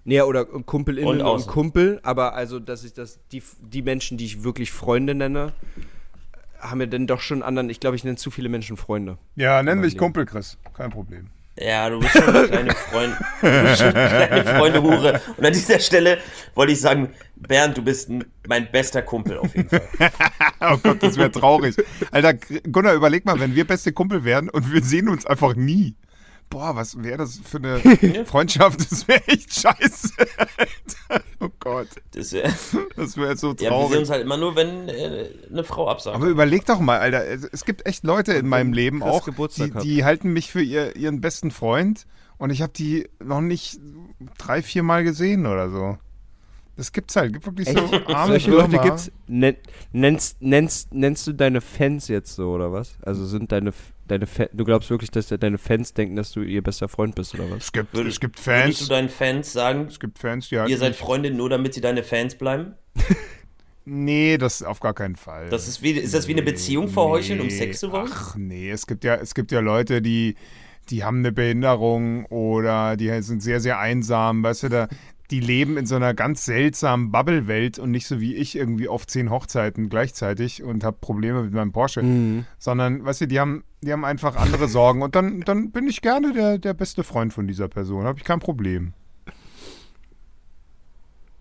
nee, oder äh, Kumpel Und und, außen. Kumpel, aber also, dass ich das, die, die Menschen, die ich wirklich Freunde nenne, haben mir dann doch schon anderen, ich glaube, ich nenne zu viele Menschen Freunde. Ja, nenn mich Leben. Kumpel Chris. Kein Problem. Ja, du bist schon eine kleine Freund, du bist schon eine kleine Freunde-Hure. Und an dieser Stelle wollte ich sagen, Bernd, du bist n- mein bester Kumpel auf jeden Fall. Oh Gott, das wäre traurig. Alter, Gunnar, überleg mal, wenn wir beste Kumpel wären und wir sehen uns einfach nie. Boah, was wäre das für eine Freundschaft? Das wäre echt scheiße. Alter. Oh Gott, Das, äh, das wäre so ja, wir sehen uns traurig. halt immer nur, wenn äh, eine Frau absagt. Aber überleg doch mal, Alter, es es gibt echt Leute in meinem Leben Chris auch, Geburtstag die, hat. die halten mich für ihr, ihren besten Freund und ich habe die noch nicht drei, vier Mal gesehen oder so. Das gibt's halt, gibt wirklich so arme Solche Leute Würmer. gibt's. Nen, nennst, nennst, nennst du deine Fans jetzt so, oder was? Also sind deine, F- deine Fa du glaubst wirklich, dass de- deine Fans denken, dass du ihr bester Freund bist, oder was? Es gibt, Würd- es gibt Würdest du Fans, deinen Fans sagen, es gibt Fans, die halt ihr seid Freunde nur, damit sie deine Fans bleiben? Nee, das auf gar keinen Fall. Das ist, wie, ist das wie eine Beziehung verheucheln, um Sex zu wollen? Ach nee, es gibt ja, es gibt ja Leute, die, die haben eine Behinderung oder die sind sehr, sehr einsam, weißt du, da, die leben in so einer ganz seltsamen Bubble-Welt und nicht so wie ich irgendwie auf zehn Hochzeiten gleichzeitig und habe Probleme mit meinem Porsche. Mhm. Sondern, weißt du, die haben, die haben einfach andere Sorgen und dann, dann bin ich gerne der, der beste Freund von dieser Person. Habe ich kein Problem.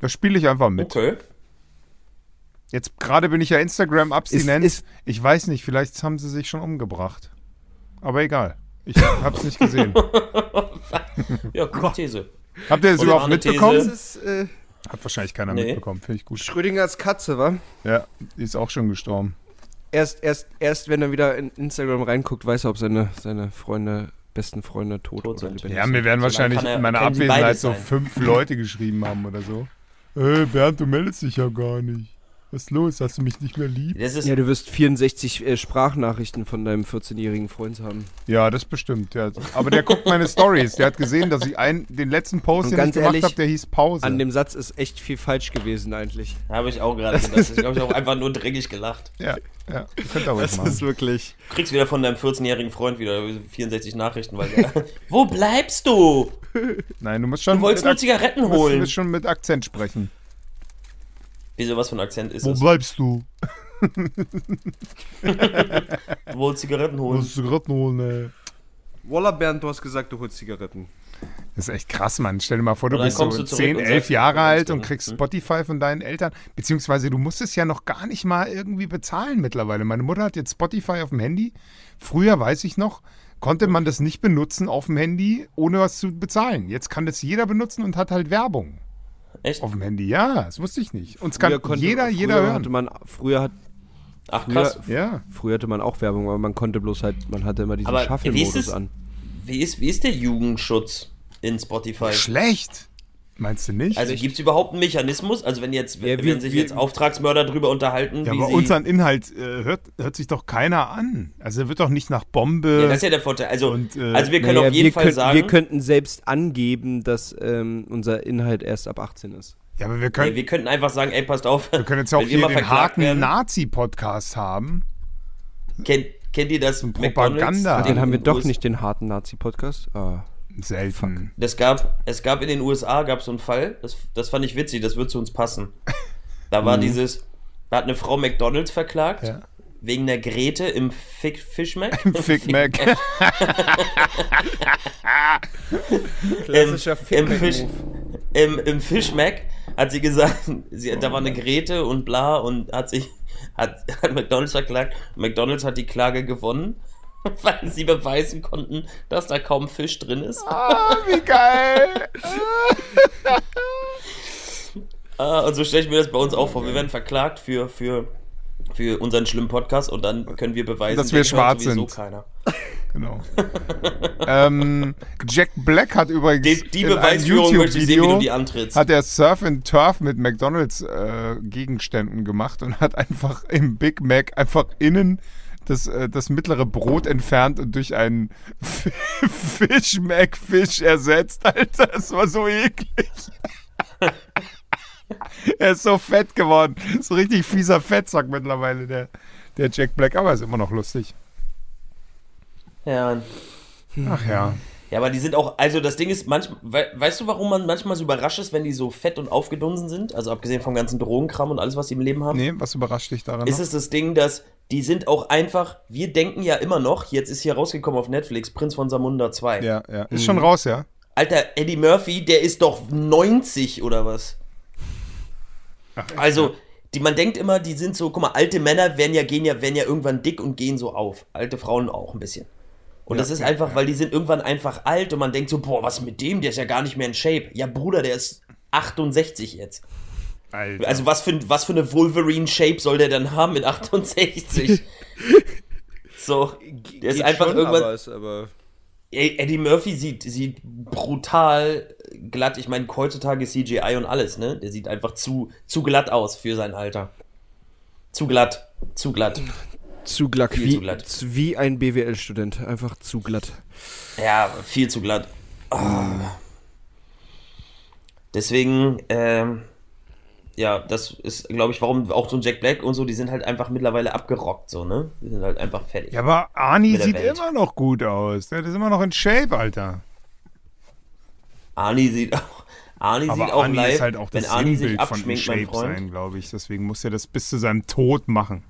Da spiele ich einfach mit. Okay. Jetzt gerade bin ich ja Instagram-Abstinent. Ist- ist- Ich weiß nicht, vielleicht haben sie sich schon umgebracht. Aber egal. Ich hab's nicht gesehen. Ja, gute These. Habt ihr das Und überhaupt eine These. mitbekommen? Das ist äh, Hat wahrscheinlich keiner Nee. mitbekommen. Finde ich gut. Schrödingers Katze, wa? Ja, die ist auch schon gestorben. Erst, erst, erst wenn er wieder in Instagram reinguckt, weiß er, ob seine, seine Freunde, besten Freunde tot, Tot oder sind. lebendig Ja, mir werden wahrscheinlich kann er- in meiner können sie Abwesenheit beides so sein. fünf Leute geschrieben haben oder so. Hey, Bernd, du meldest dich ja gar nicht. Was ist los? Hast du mich nicht mehr lieb? Das ist, Ja, du wirst 64 äh, Sprachnachrichten von deinem 14-jährigen Freund haben. Ja, das bestimmt. Der hat, aber der guckt meine Stories. Der hat gesehen, dass ich einen, den letzten Post, Und den ich ganz gemacht ehrlich, habe, der hieß Pause. An dem Satz ist echt viel falsch gewesen eigentlich. habe ich auch gerade gedacht. Ich glaube, ich habe einfach nur dreckig gelacht. ja, ja, könnt ihr ruhig machen. wirklich. Du kriegst wieder von deinem 14-jährigen Freund wieder 64 Nachrichten, weil der, Wo bleibst du? Nein, du musst schon, Du wolltest mit nur Ak- Zigaretten musst, du holen. musst schon mit Akzent sprechen. Wieso, was für ein Akzent ist Wo das? bleibst du? Du wolltest Zigaretten Du holen. musst Zigaretten holen, ey. Walla Bernd, du hast gesagt, du holst Zigaretten. Das ist echt krass, Mann. Stell dir mal vor, du Und dann bist so kommst du zurück 10, und 11 sagst, Jahre du kommst alt da und nicht, kriegst ne? Spotify von deinen Eltern. Beziehungsweise du musst es ja noch gar nicht mal irgendwie bezahlen mittlerweile. Meine Mutter hat jetzt Spotify auf dem Handy. Früher, weiß ich noch, konnte man das nicht benutzen auf dem Handy, ohne was zu bezahlen. Jetzt kann das jeder benutzen und hat halt Werbung Echt? auf dem Handy. Ja, das wusste ich nicht. Und es kann konnte- jeder, früher jeder Hatte hören. man, früher, hat, Ach krass. früher, Ja. früher hatte man auch Werbung, aber man konnte bloß halt, man hatte immer diesen Aber wie ist Shuffle-Modus es- an. Wie ist, wie ist der Jugendschutz in Spotify? Schlecht. Meinst du nicht? Also gibt es überhaupt einen Mechanismus? Also wenn jetzt, Ja, wenn wir- sich wir- jetzt Auftragsmörder drüber unterhalten, ja, wie aber sie, unseren Inhalt äh, hört, hört sich doch keiner an. Also er wird doch nicht nach Bombe. ja, das ist ja der Vorteil. Also, Und, äh, also wir können Naja, auf jeden wir Fall könnten- sagen, Wir könnten selbst angeben, dass ähm, unser Inhalt erst ab 18 ist. ja, aber wir können, nee, wir könnten einfach sagen, ey, passt auf. Wir können jetzt ja auch wenn wir hier mal den verklagt harten werden, Nazi-Podcast haben. Kennt, kennt ihr das? Propaganda. McDonald's? Ah, Dann Den haben wir in doch US- nicht den harten Nazi-Podcast. Ah. Selten. Das gab, es gab in den USA gab so einen Fall, das, das fand ich witzig, das wird zu uns passen. Da war dieses, da hat eine Frau McDonalds verklagt, Ja. wegen der Grete im Fick, Fish Mac. Fick Mac. Klassischer Im, im, Fisch, im, im Fischmeck hat sie gesagt, sie, da war eine Grete und bla und hat sich hat, hat McDonalds verklagt. McDonalds hat die Klage gewonnen, weil sie beweisen konnten, dass da kaum Fisch drin ist. Ah, wie geil. Ah, und so stelle ich mir das bei uns auch vor. Wir werden verklagt für, für, für unseren schlimmen Podcast und dann können wir beweisen, Dass wir den hört schwarz sowieso sind. Keiner. genau. ähm, Jack Black hat übrigens Die, die in einem Beweisführung möchte ich sehen, wie du die YouTube-Video antrittst. hat er Surf and Turf mit McDonalds äh, Gegenständen gemacht und hat einfach im Big Mac einfach innen das, äh, das mittlere Brot entfernt und durch einen Fisch Mac Fisch ersetzt. Alter, das war so eklig. Er ist so fett geworden. So richtig fieser Fettsack mittlerweile, der, der Jack Black. Aber er ist immer noch lustig. ja. Ach ja. ja, aber die sind auch, also das Ding ist, manchmal, we, weißt du, warum man manchmal so überrascht ist, wenn die so fett und aufgedunsen sind? Also abgesehen vom ganzen Drogenkram und alles, was sie im Leben haben. Nee, was überrascht dich daran? Mhm. Ist es das Ding, dass die sind auch einfach, wir denken ja immer noch, jetzt ist hier rausgekommen auf Netflix, Prinz von Samunda 2. noch? Ja, ja. Ist schon raus, ja? Alter, Eddie Murphy, der ist doch 90 oder was? Also, die, man denkt immer, die sind so, guck mal, alte Männer werden ja, gehen ja, werden ja irgendwann dick und gehen so auf. Alte Frauen auch ein bisschen. Und das ist einfach, weil die sind irgendwann einfach alt und man denkt so, boah, was mit dem? Der ist ja gar nicht mehr in Shape. Ja, Bruder, der ist 68 jetzt. Alter. Also was für, ein- was für eine Wolverine-Shape soll der dann haben mit 68? so, der ist einfach irgendwann... Ey, Eddie Murphy sieht, sieht brutal glatt. Ich meine, heutzutage CGI und alles, ne? Der sieht einfach zu, zu glatt aus für sein Alter. Zu glatt, zu glatt. Zu glatt. Viel Wie, zu glatt. z- wie ein BWL-Student. Einfach zu glatt. Ja, viel zu glatt. Ah. Deswegen, ähm, ja, das ist, glaube ich, warum auch so ein Jack Black und so, die sind halt einfach mittlerweile abgerockt, so, ne? Die sind halt einfach fertig. Ja, aber Arnie Mit der sieht Welt. immer noch gut aus. Der ist immer noch in Shape, Alter. Arnie sieht auch, Arnie Aber sieht auch Arnie live, ist halt auch das wenn Arnie sich Sinnbild von in abschminkt, mein Shape Freund. sein, glaube ich. Deswegen muss er das bis zu seinem Tod machen.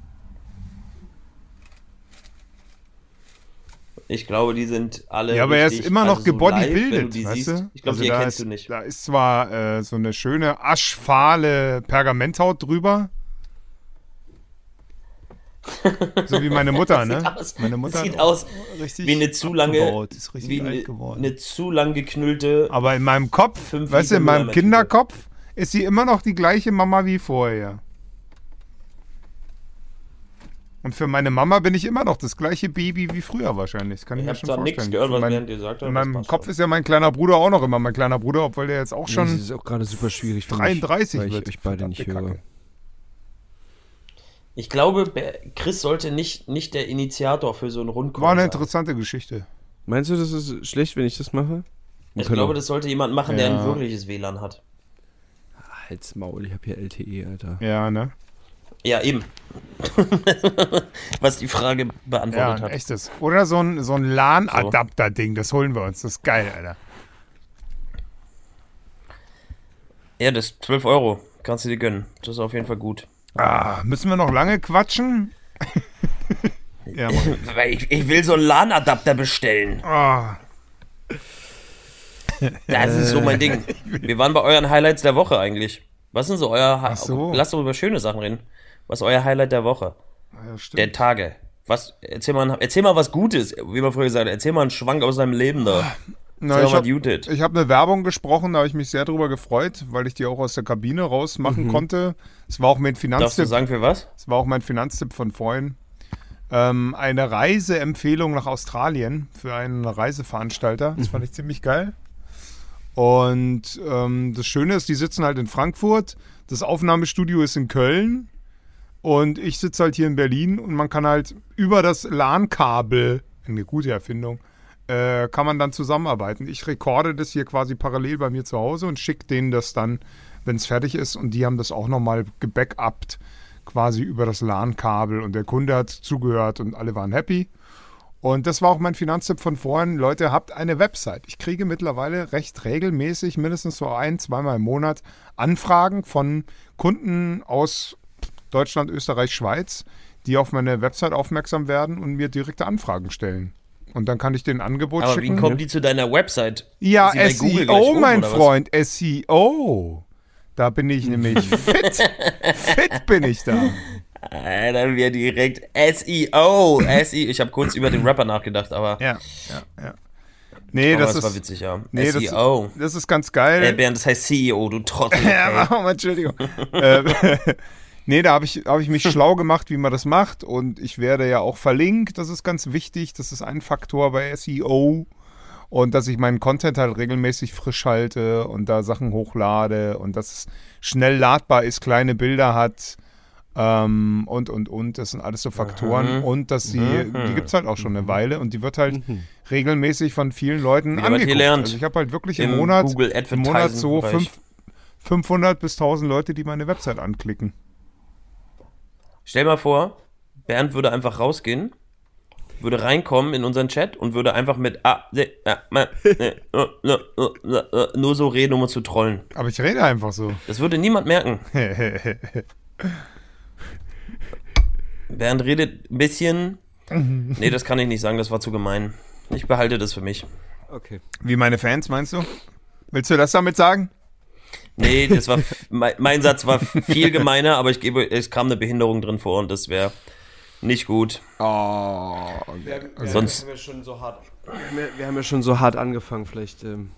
Ich glaube, die sind alle. Ja, aber er ist Äh, richtig- immer noch also so live, wenn gebodybuildet, du die weißt siehst. du? Ich glaube, Also die da erkennst ist, du nicht. Da ist zwar äh, so eine schöne aschfahle Pergamenthaut drüber, So wie meine Mutter, ne? Sieht aus- meine Mutter sieht hat aus richtig wie eine zu lange, abgebaut, Ist richtig wie alt eine, geworden. eine zu lang geknüllte. Aber in meinem Kopf, Fünf weißt du, Liter in meinem Mülleimer-Tüte. Kinderkopf ist sie immer noch die gleiche Mama wie vorher. Und für meine Mama bin ich immer noch das gleiche Baby wie früher wahrscheinlich. Das kann ich Ich mir habe schon da nichts vorstellen. gehört, was Für mein- während ihr gesagt habt. in das meinem passt Kopf schon. ist ja mein kleiner Bruder auch noch immer mein kleiner Bruder, obwohl der jetzt auch Nee, schon das ist auch gerade super schwierig für 33 mich, weil wird. ich euch beide nicht Verdammte höre. Kacke. Ich glaube, Be- Chris sollte nicht, nicht der Initiator für so einen Rundkurs War eine sein. interessante Geschichte. Meinst du, das ist schlecht, wenn ich das mache? Ich Können- glaube, das sollte jemand machen, der Ja. ein wirkliches WLAN hat. Halt's Maul, ich habe hier LTE, Alter. Ja, ne? Ja, eben. was die Frage Ja, beantwortet ein hat. echtes. Oder so ein, so ein LAN-Adapter-Ding, das holen wir uns. Das ist geil, Alter. Ja, das 12 Euro. Kannst du dir gönnen. Das ist auf jeden Fall gut. Ah, müssen wir noch lange quatschen? ja, Mann. Weil Ich, ich will so einen LAN-Adapter bestellen. Ah, Das ist so mein Ding. Wir waren bei euren Highlights der Woche eigentlich. Was sind so euer Hi- so. Lass doch über schöne Sachen reden. Was ist euer Highlight der Woche? ja, stimmt. Der Tage. Was, erzähl, mal, ein- erzähl mal was Gutes, wie man früher gesagt hat. Erzähl mal einen Schwank aus deinem Leben da. Ah, Na, Erzähl ich mal, hab- was Jutet. Ich habe eine Werbung gesprochen, da habe ich mich sehr drüber gefreut, weil ich die auch aus der Kabine raus machen konnte. Es war auch mein Mhm. Darfst du Finanztipp. sagen, für was? Es war auch mein Finanztipp von vorhin. Ähm, eine Reiseempfehlung nach Australien für einen Reiseveranstalter. Das Mhm. fand ich ziemlich geil. Und ähm, das Schöne ist, die sitzen halt in Frankfurt. Das Aufnahmestudio ist in Köln. Und ich sitze halt hier in Berlin und man kann halt über das LAN-Kabel, eine gute Erfindung, äh, kann man dann zusammenarbeiten. Ich rekorde das hier quasi parallel bei mir zu Hause und schicke denen das dann, wenn es fertig ist. Und die haben das auch nochmal gebackupt, quasi über das LAN-Kabel. Und der Kunde hat zugehört und alle waren happy. Und das war auch mein Finanztipp von vorhin. Leute, habt eine Website. Ich kriege mittlerweile recht regelmäßig, mindestens so ein, zweimal im Monat, Anfragen von Kunden aus Deutschland, Österreich, Schweiz, die auf meine Website aufmerksam werden und mir direkte Anfragen stellen. Und dann kann ich den Angebot Aber wie schicken. ne? kommen die zu deiner Website? ja, Ist die bei Google gleich SEO, oben, mein oder was? Freund, SEO. Da bin ich nämlich fit. fit bin ich da. Alter, wir Äh, direkt E SEO. SEO. Ich habe kurz über den Rapper nachgedacht, aber, Ja, ja, ja. Nee, aber das, das, ist, war witzig, ja. E nee, das, SEO. das ist ganz geil. Äh, Bernd, das heißt CEO, du Trottel. ey. Ja, warum, Entschuldigung. äh, nee, da habe ich, hab ich mich schlau gemacht, wie man das macht. Und ich werde ja auch verlinkt. Das ist ganz wichtig. Das ist ein Faktor bei SEO. Und dass ich meinen Content halt regelmäßig frisch halte und da Sachen hochlade und dass es schnell ladbar ist, kleine Bilder hat. Ähm, und, und, und, das sind alles so Faktoren. Und dass sie, die gibt es halt auch schon eine Weile und die wird halt regelmäßig von vielen Leuten man hier angeguckt. lernt. Also ich habe halt wirklich Im im Monat, Google im Monat so Advertising-Bereich. fünf, 500 bis 1000 Leute, die meine Website anklicken. Stell mal vor, Bernd würde einfach rausgehen, würde reinkommen in unseren Chat und würde einfach mit ah, ne, ah, ma, ne, uh, ne, uh, ne, uh, nur so reden, um uns zu trollen. Aber ich rede einfach so. Das würde niemand merken. Bernd redet ein bisschen. Nee, das kann ich nicht sagen, das war zu gemein. Ich behalte das für mich. Okay. Wie meine Fans, meinst du? Willst du das damit sagen? Nee, das war f- mein, mein Satz war viel gemeiner, aber ich gebe, es kam eine Behinderung drin vor und das wäre nicht gut. Oh. Sonst Wir, schon so hart, wir, wir haben ja schon so hart angefangen, vielleicht. Ähm,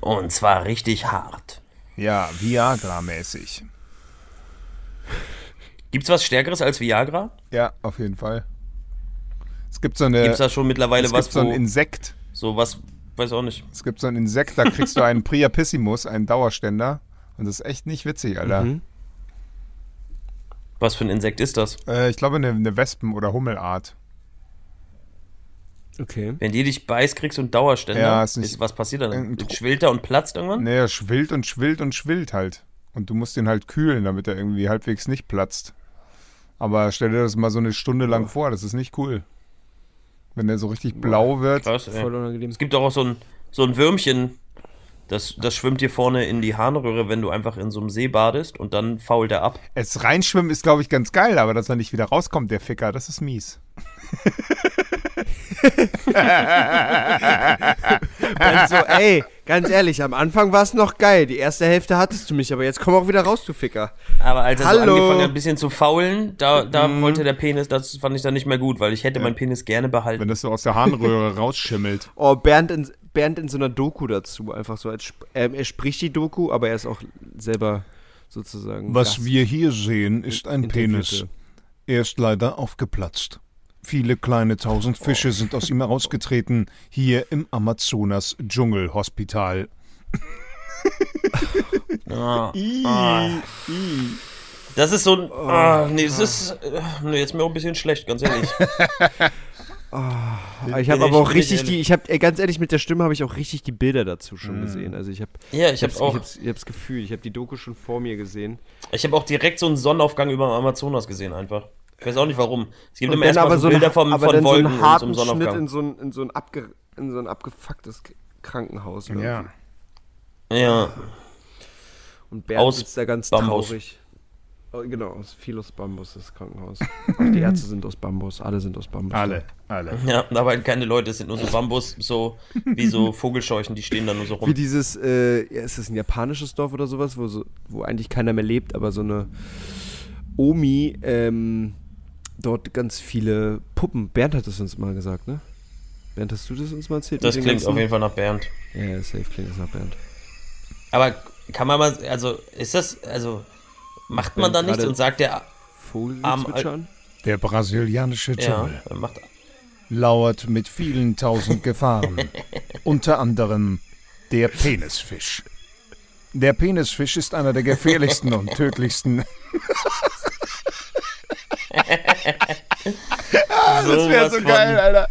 und zwar richtig hart. Ja, Viagra-mäßig. Gibt's was Stärkeres als Viagra? Ja, auf jeden Fall. Es gibt so eine. Gibt's da schon mittlerweile Äh, es gibt was, so ein wo, Insekt. so was, weiß auch nicht. Es gibt so ein Insekt, da kriegst du einen Priapissimus, einen Dauerständer. Und das ist echt nicht witzig, Alter. Mhm. Was für ein Insekt ist das? Äh, ich glaube, eine, eine Wespen- oder Hummelart. okay. Wenn die dich beißt, kriegst du einen Dauerständer. Ja, ist nicht- was passiert dann? Irgendein Tro- Schwillt er und platzt irgendwann? Nee, er schwillt und schwillt und schwillt halt. Und du musst ihn halt kühlen, damit er irgendwie halbwegs nicht platzt. Aber stell dir das mal so eine Stunde lang vor, das ist nicht cool. Wenn der so richtig blau wird. Krass, ey. Voll unangenehm. Es gibt doch auch so ein, so ein Würmchen, das, das schwimmt dir vorne in die Harnröhre, wenn du einfach in so einem See badest und dann fault er ab. Es reinschwimmen ist, glaube ich, ganz geil, aber dass er nicht wieder rauskommt, der Ficker, das ist mies. Dann so, Also, ey, ganz ehrlich, am Anfang war es noch geil. Die erste Hälfte hattest du mich, aber jetzt komm auch wieder raus, du Ficker. Aber als er so Hallo. angefangen hat, ein bisschen zu faulen, da, da Mhm. wollte der Penis, das fand ich dann nicht mehr gut, weil ich hätte meinen Penis gerne behalten. Wenn das so aus der Harnröhre rausschimmelt. Oh, Bernd in, Bernd in so einer Doku dazu, einfach so als Sp- ähm, er spricht die Doku, aber er ist auch selber sozusagen. Was Gast. wir hier sehen, ist ein Penis. Interviewte. Er ist leider aufgeplatzt. Viele kleine tausend Oh. Fische sind aus ihm herausgetreten, hier im Amazonas Dschungelhospital. Ah, ah. Das ist so ein. Oh. Ah, nee, es ist. äh, Nee, jetzt mir auch ein bisschen schlecht, ganz ehrlich. Ah, Ich habe Nee, aber auch ich bin nicht richtig die, ich habe ganz ehrlich mit der Stimme habe ich auch richtig die Bilder dazu Mhm. schon gesehen. Also ich habe, Ja, ich hab's ich auch. hab's, ich hab's Gefühl, ich habe die Doku schon vor mir gesehen. Ich habe auch direkt so einen Sonnenaufgang über dem Amazonas gesehen, einfach. Ich weiß auch nicht warum. Es gibt Und immer dann erstmal aber so, ein- Bilder vom, aber von dann Wolken so einen und so harten einem Schnitt in Sonnenaufgang. so ein, in so ein, abge, in so ein abgefucktes K- Krankenhaus. ne? irgendwie. Ja. Und Bernd Aus sitzt da ganz Bambus. traurig. Oh, genau, aus viel aus Bambus, das Krankenhaus. Auch die Ärzte sind aus Bambus, alle sind aus Bambus. Alle, alle. Ja, da waren keine Leute, es sind nur so Bambus, so wie so Vogelscheuchen, die stehen da nur so Wie rum. dieses, äh, ja, ist das ein japanisches Dorf oder sowas, wo, so, wo eigentlich keiner mehr lebt, aber so eine Omi ähm, dort ganz viele Puppen. Bernd hat es uns mal gesagt, ne? Bernd, hast du das uns mal erzählt? Das mit den klingt ganzen- auf jeden Fall nach Bernd. ne? Ja, ja, safe klingt das nach Bernd. Aber kann man mal, also ist das, also macht man da Bernd nichts gerade- und sagt der, Vogel Am- äh, zwitschern? Der brasilianische ja, Dschungel macht, Ah, lauert mit vielen tausend Gefahren. Unter anderem der Penisfisch. Der Penisfisch ist einer der gefährlichsten und tödlichsten. das wär Alter.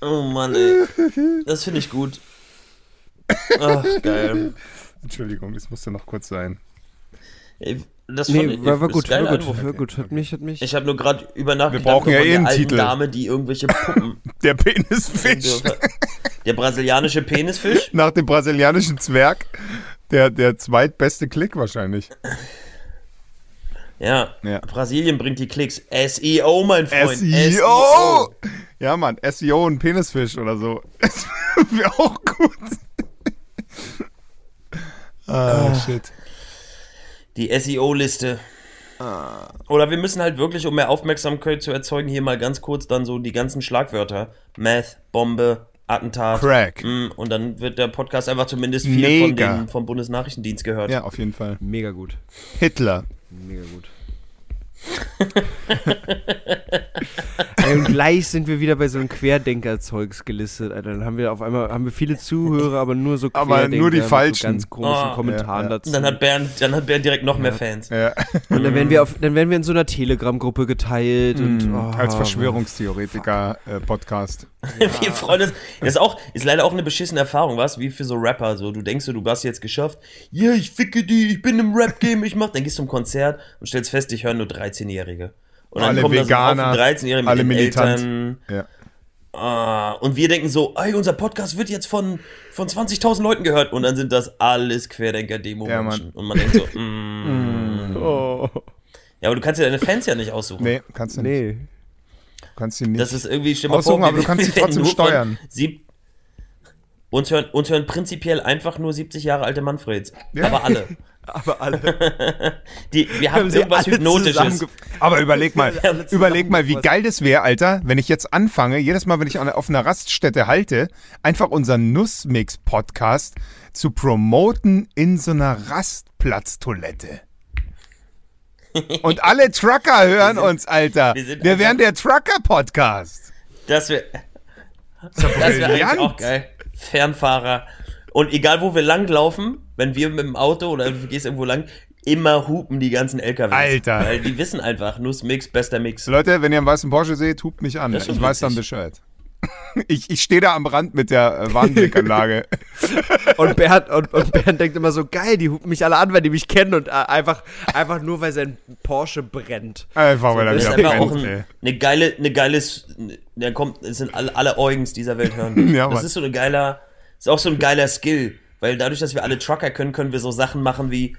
Oh Mann, ey. Das finde ich gut. Ach, geil. Entschuldigung, es musste noch kurz sein. Ey, das Nee, fand ich- war, war ist gut, geil war gut, einfach. war gut. Hat mich, hat mich. Ich habe nur gerade über Nacht Wir gedacht, brauchen ja von eh der einen alten Titel. Dame, die irgendwelche Puppen Der Penisfisch. Der brasilianische Penisfisch? Nach dem brasilianischen Zwerg. Der, der zweitbeste Klick wahrscheinlich. Ja. Ja. E Brasilien bringt die Klicks. SEO, mein Freund. E SEO! Ja, Mann, SEO und Penisfisch oder so. Das wäre auch gut. Ah, shit. Die SEO-Liste. Ah. Oder wir müssen halt wirklich, um mehr Aufmerksamkeit zu erzeugen, hier mal ganz kurz dann so die ganzen Schlagwörter. Meth, Bombe, Attentat. Crack. Mm, Und dann wird der Podcast einfach zumindest viel von Mega. dem, vom Bundesnachrichtendienst gehört. Ja, auf jeden Fall. Mega gut, Hitler. mega gut. Ey, und gleich sind wir wieder bei so einem Querdenker-Zeugs gelistet, Alter. Dann haben wir auf einmal haben wir viele Zuhörer, aber nur so Aber Querdenker nur die mit falschen. So ganz großen Ah, Kommentaren ja, ja. dazu. Und dann hat Bernd, dann hat Bernd direkt noch mehr Fans. Ja. und dann werden wir auf, dann werden wir in so einer Telegram-Gruppe geteilt Mm, und oh, Als äh, Verschwörungstheoretiker-Podcast. Wir freuen uns. Das ist auch, ist leider auch eine beschissene Erfahrung, was? Wie für so Rapper. So, du denkst so, du hast jetzt geschafft. Ja, yeah, ich ficke die, ich bin im Rap-Game, ich mach. Dann gehst du zum Konzert und stellst fest, dich hören nur 13-Jährige. Und dann Alle kommen da so ein Veganer, Haufen 13-Jährige mit alle den militant. Eltern. ja. Ah, und wir denken so, ey, unser Podcast wird jetzt von, von 20.000 Leuten gehört. Und dann sind das alles Ja, Querdenker-Demo-Menschen. Mann. und man denkt so, mm. Oh, Ja, aber du kannst dir deine Fans ja nicht aussuchen. Nee, kannst du nicht. nee. Kannst du nicht. Das ist irgendwie, stell mal Aussuchen, vor, aber du kannst sie werden trotzdem nur von steuern. Sieb uns, hören, uns hören prinzipiell einfach nur 70 Jahre alte Manfreds. Ja. Aber alle. Aber alle Die, wir haben sie irgendwas alle Hypnotisches. zusammengef- Aber überleg mal, alle überleg mal, wie geil das wäre, Alter, wenn ich jetzt anfange, jedes Mal, wenn ich an, auf einer Raststätte halte, einfach unseren Nussmix-Podcast zu promoten in so einer Rastplatztoilette. Und alle Trucker hören uns, Alter. wir sind Wir einfach- wären der Trucker-Podcast. Das wäre das wär eigentlich brillant. auch geil. Fernfahrer. Und egal, wo wir langlaufen, wenn wir mit dem Auto oder du gehst irgendwo lang, immer hupen die ganzen LKWs. Alter. Weil die wissen einfach, Nussmix, bester Mix. Leute, wenn ihr einen weißen Porsche seht, hupt mich an. Das ist Ich schon weiß dann witzig. Bescheid. Ich, ich stehe da am Rand mit der äh, Warnblinkanlage. und Bernd und, und Bernd denkt immer so geil, die hupen mich alle an, weil die mich kennen und äh, einfach einfach nur weil sein Porsche brennt. Einfach, weil er Das ist wieder einfach auch brennt, ey. ein, eine geile, eine geiles, da kommt, es sind alle, alle Eugens dieser Welt hören. Ja, das Mann. ist so ein geiler, ist auch so ein geiler Skill, weil dadurch, dass wir alle Trucker können, können wir so Sachen machen wie,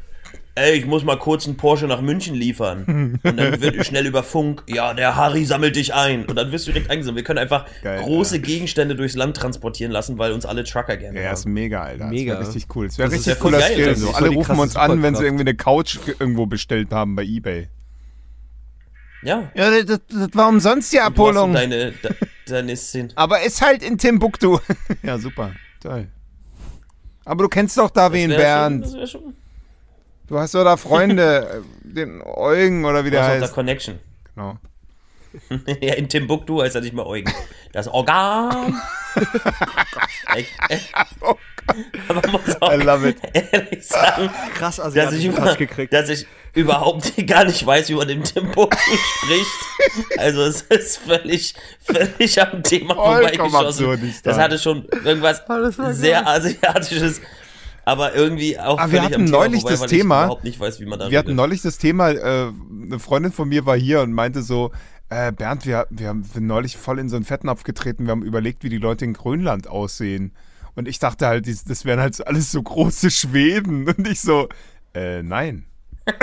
ey, ich muss mal kurz einen Porsche nach München liefern. Und dann wird schnell über Funk, ja, der Harry sammelt dich ein. Und dann wirst du direkt eingesammelt. Wir können einfach Geil, große ja. Gegenstände durchs Land transportieren lassen, weil uns alle Trucker gerne Ja, ist haben. mega, Alter. Mega. Das wäre richtig cool. Das wäre Das ist richtig ja voll cooler geil, Skill. das ist So. voll Alle die rufen krasse uns an, wenn sie Superkraft. irgendwie eine Couch ge- irgendwo bestellt haben bei Ebay. Ja, Ja, das, das war umsonst die du hast so Abholung. deine, de, deine Szene. Aber ist halt in Timbuktu. ja, super. Toll. Aber du kennst doch da wen, Wär schon- Bernd. das wär schon- Du hast doch da Freunde. äh, den Eugen oder wie Du der hast auch da heißt. Connection. Genau. ja, in Timbuktu heißt er nicht mehr Eugen. Das Organ. ich, äh, aber muss auch Oh I love it. ehrlich sagen, Krass, also dass ich, über, gekriegt. dass ich überhaupt gar nicht weiß, wie man im Timbuktu spricht. Also es ist völlig, völlig am Thema Vollkommen absurd, vorbeigeschossen. ist Oh, Das da. hatte schon irgendwas sehr asiatisches, aber irgendwie auch Aber wir völlig hatten am Thema neulich vorbei, das weil Thema- ich überhaupt nicht weiß, wie man da Wir hatten redet. neulich das Thema, äh, eine Freundin von mir war hier und meinte so, äh, Bernd, wir, wir haben wir sind neulich voll in so einen Fettnapf getreten, wir haben überlegt, wie die Leute in Grönland aussehen. Und ich dachte halt, dies- das wären halt so alles so große Schweden. Und ich so, äh, nein.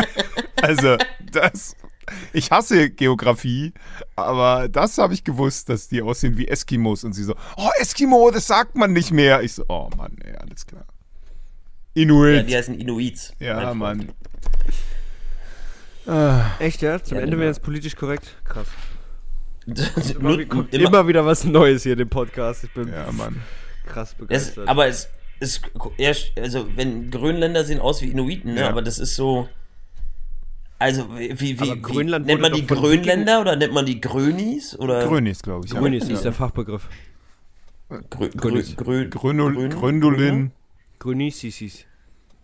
also, das. Ich hasse Geografie, aber das habe ich gewusst, dass die aussehen wie Eskimos. Und sie so, oh, Eskimo, das sagt man nicht mehr. Ich so, oh Mann, ey, alles klar. Ja, Inuit. die heißen Inuits. mein ja Freund. Mann. Echt, ja? Zum Ja, Ende genau. wäre jetzt politisch korrekt. Krass. Nur- Kommt immer- immer, wieder was Neues hier in dem Podcast. Ich bin Ja, Mann. krass Es, begeistert. aber es ist erst, also wenn Grönländer sehen aus wie Inuiten, ne? Ja. aber das ist so. Also wie, wie, Aber wie Grönland nennt man wurde die doch von Grönländer oder nennt man die Grönis oder Grönis, glaube ich. Grünis ja. ist der Fachbegriff. Grö, Grö, Grönis. Grö, Grönul, Grön- Gründolin, Grünisis.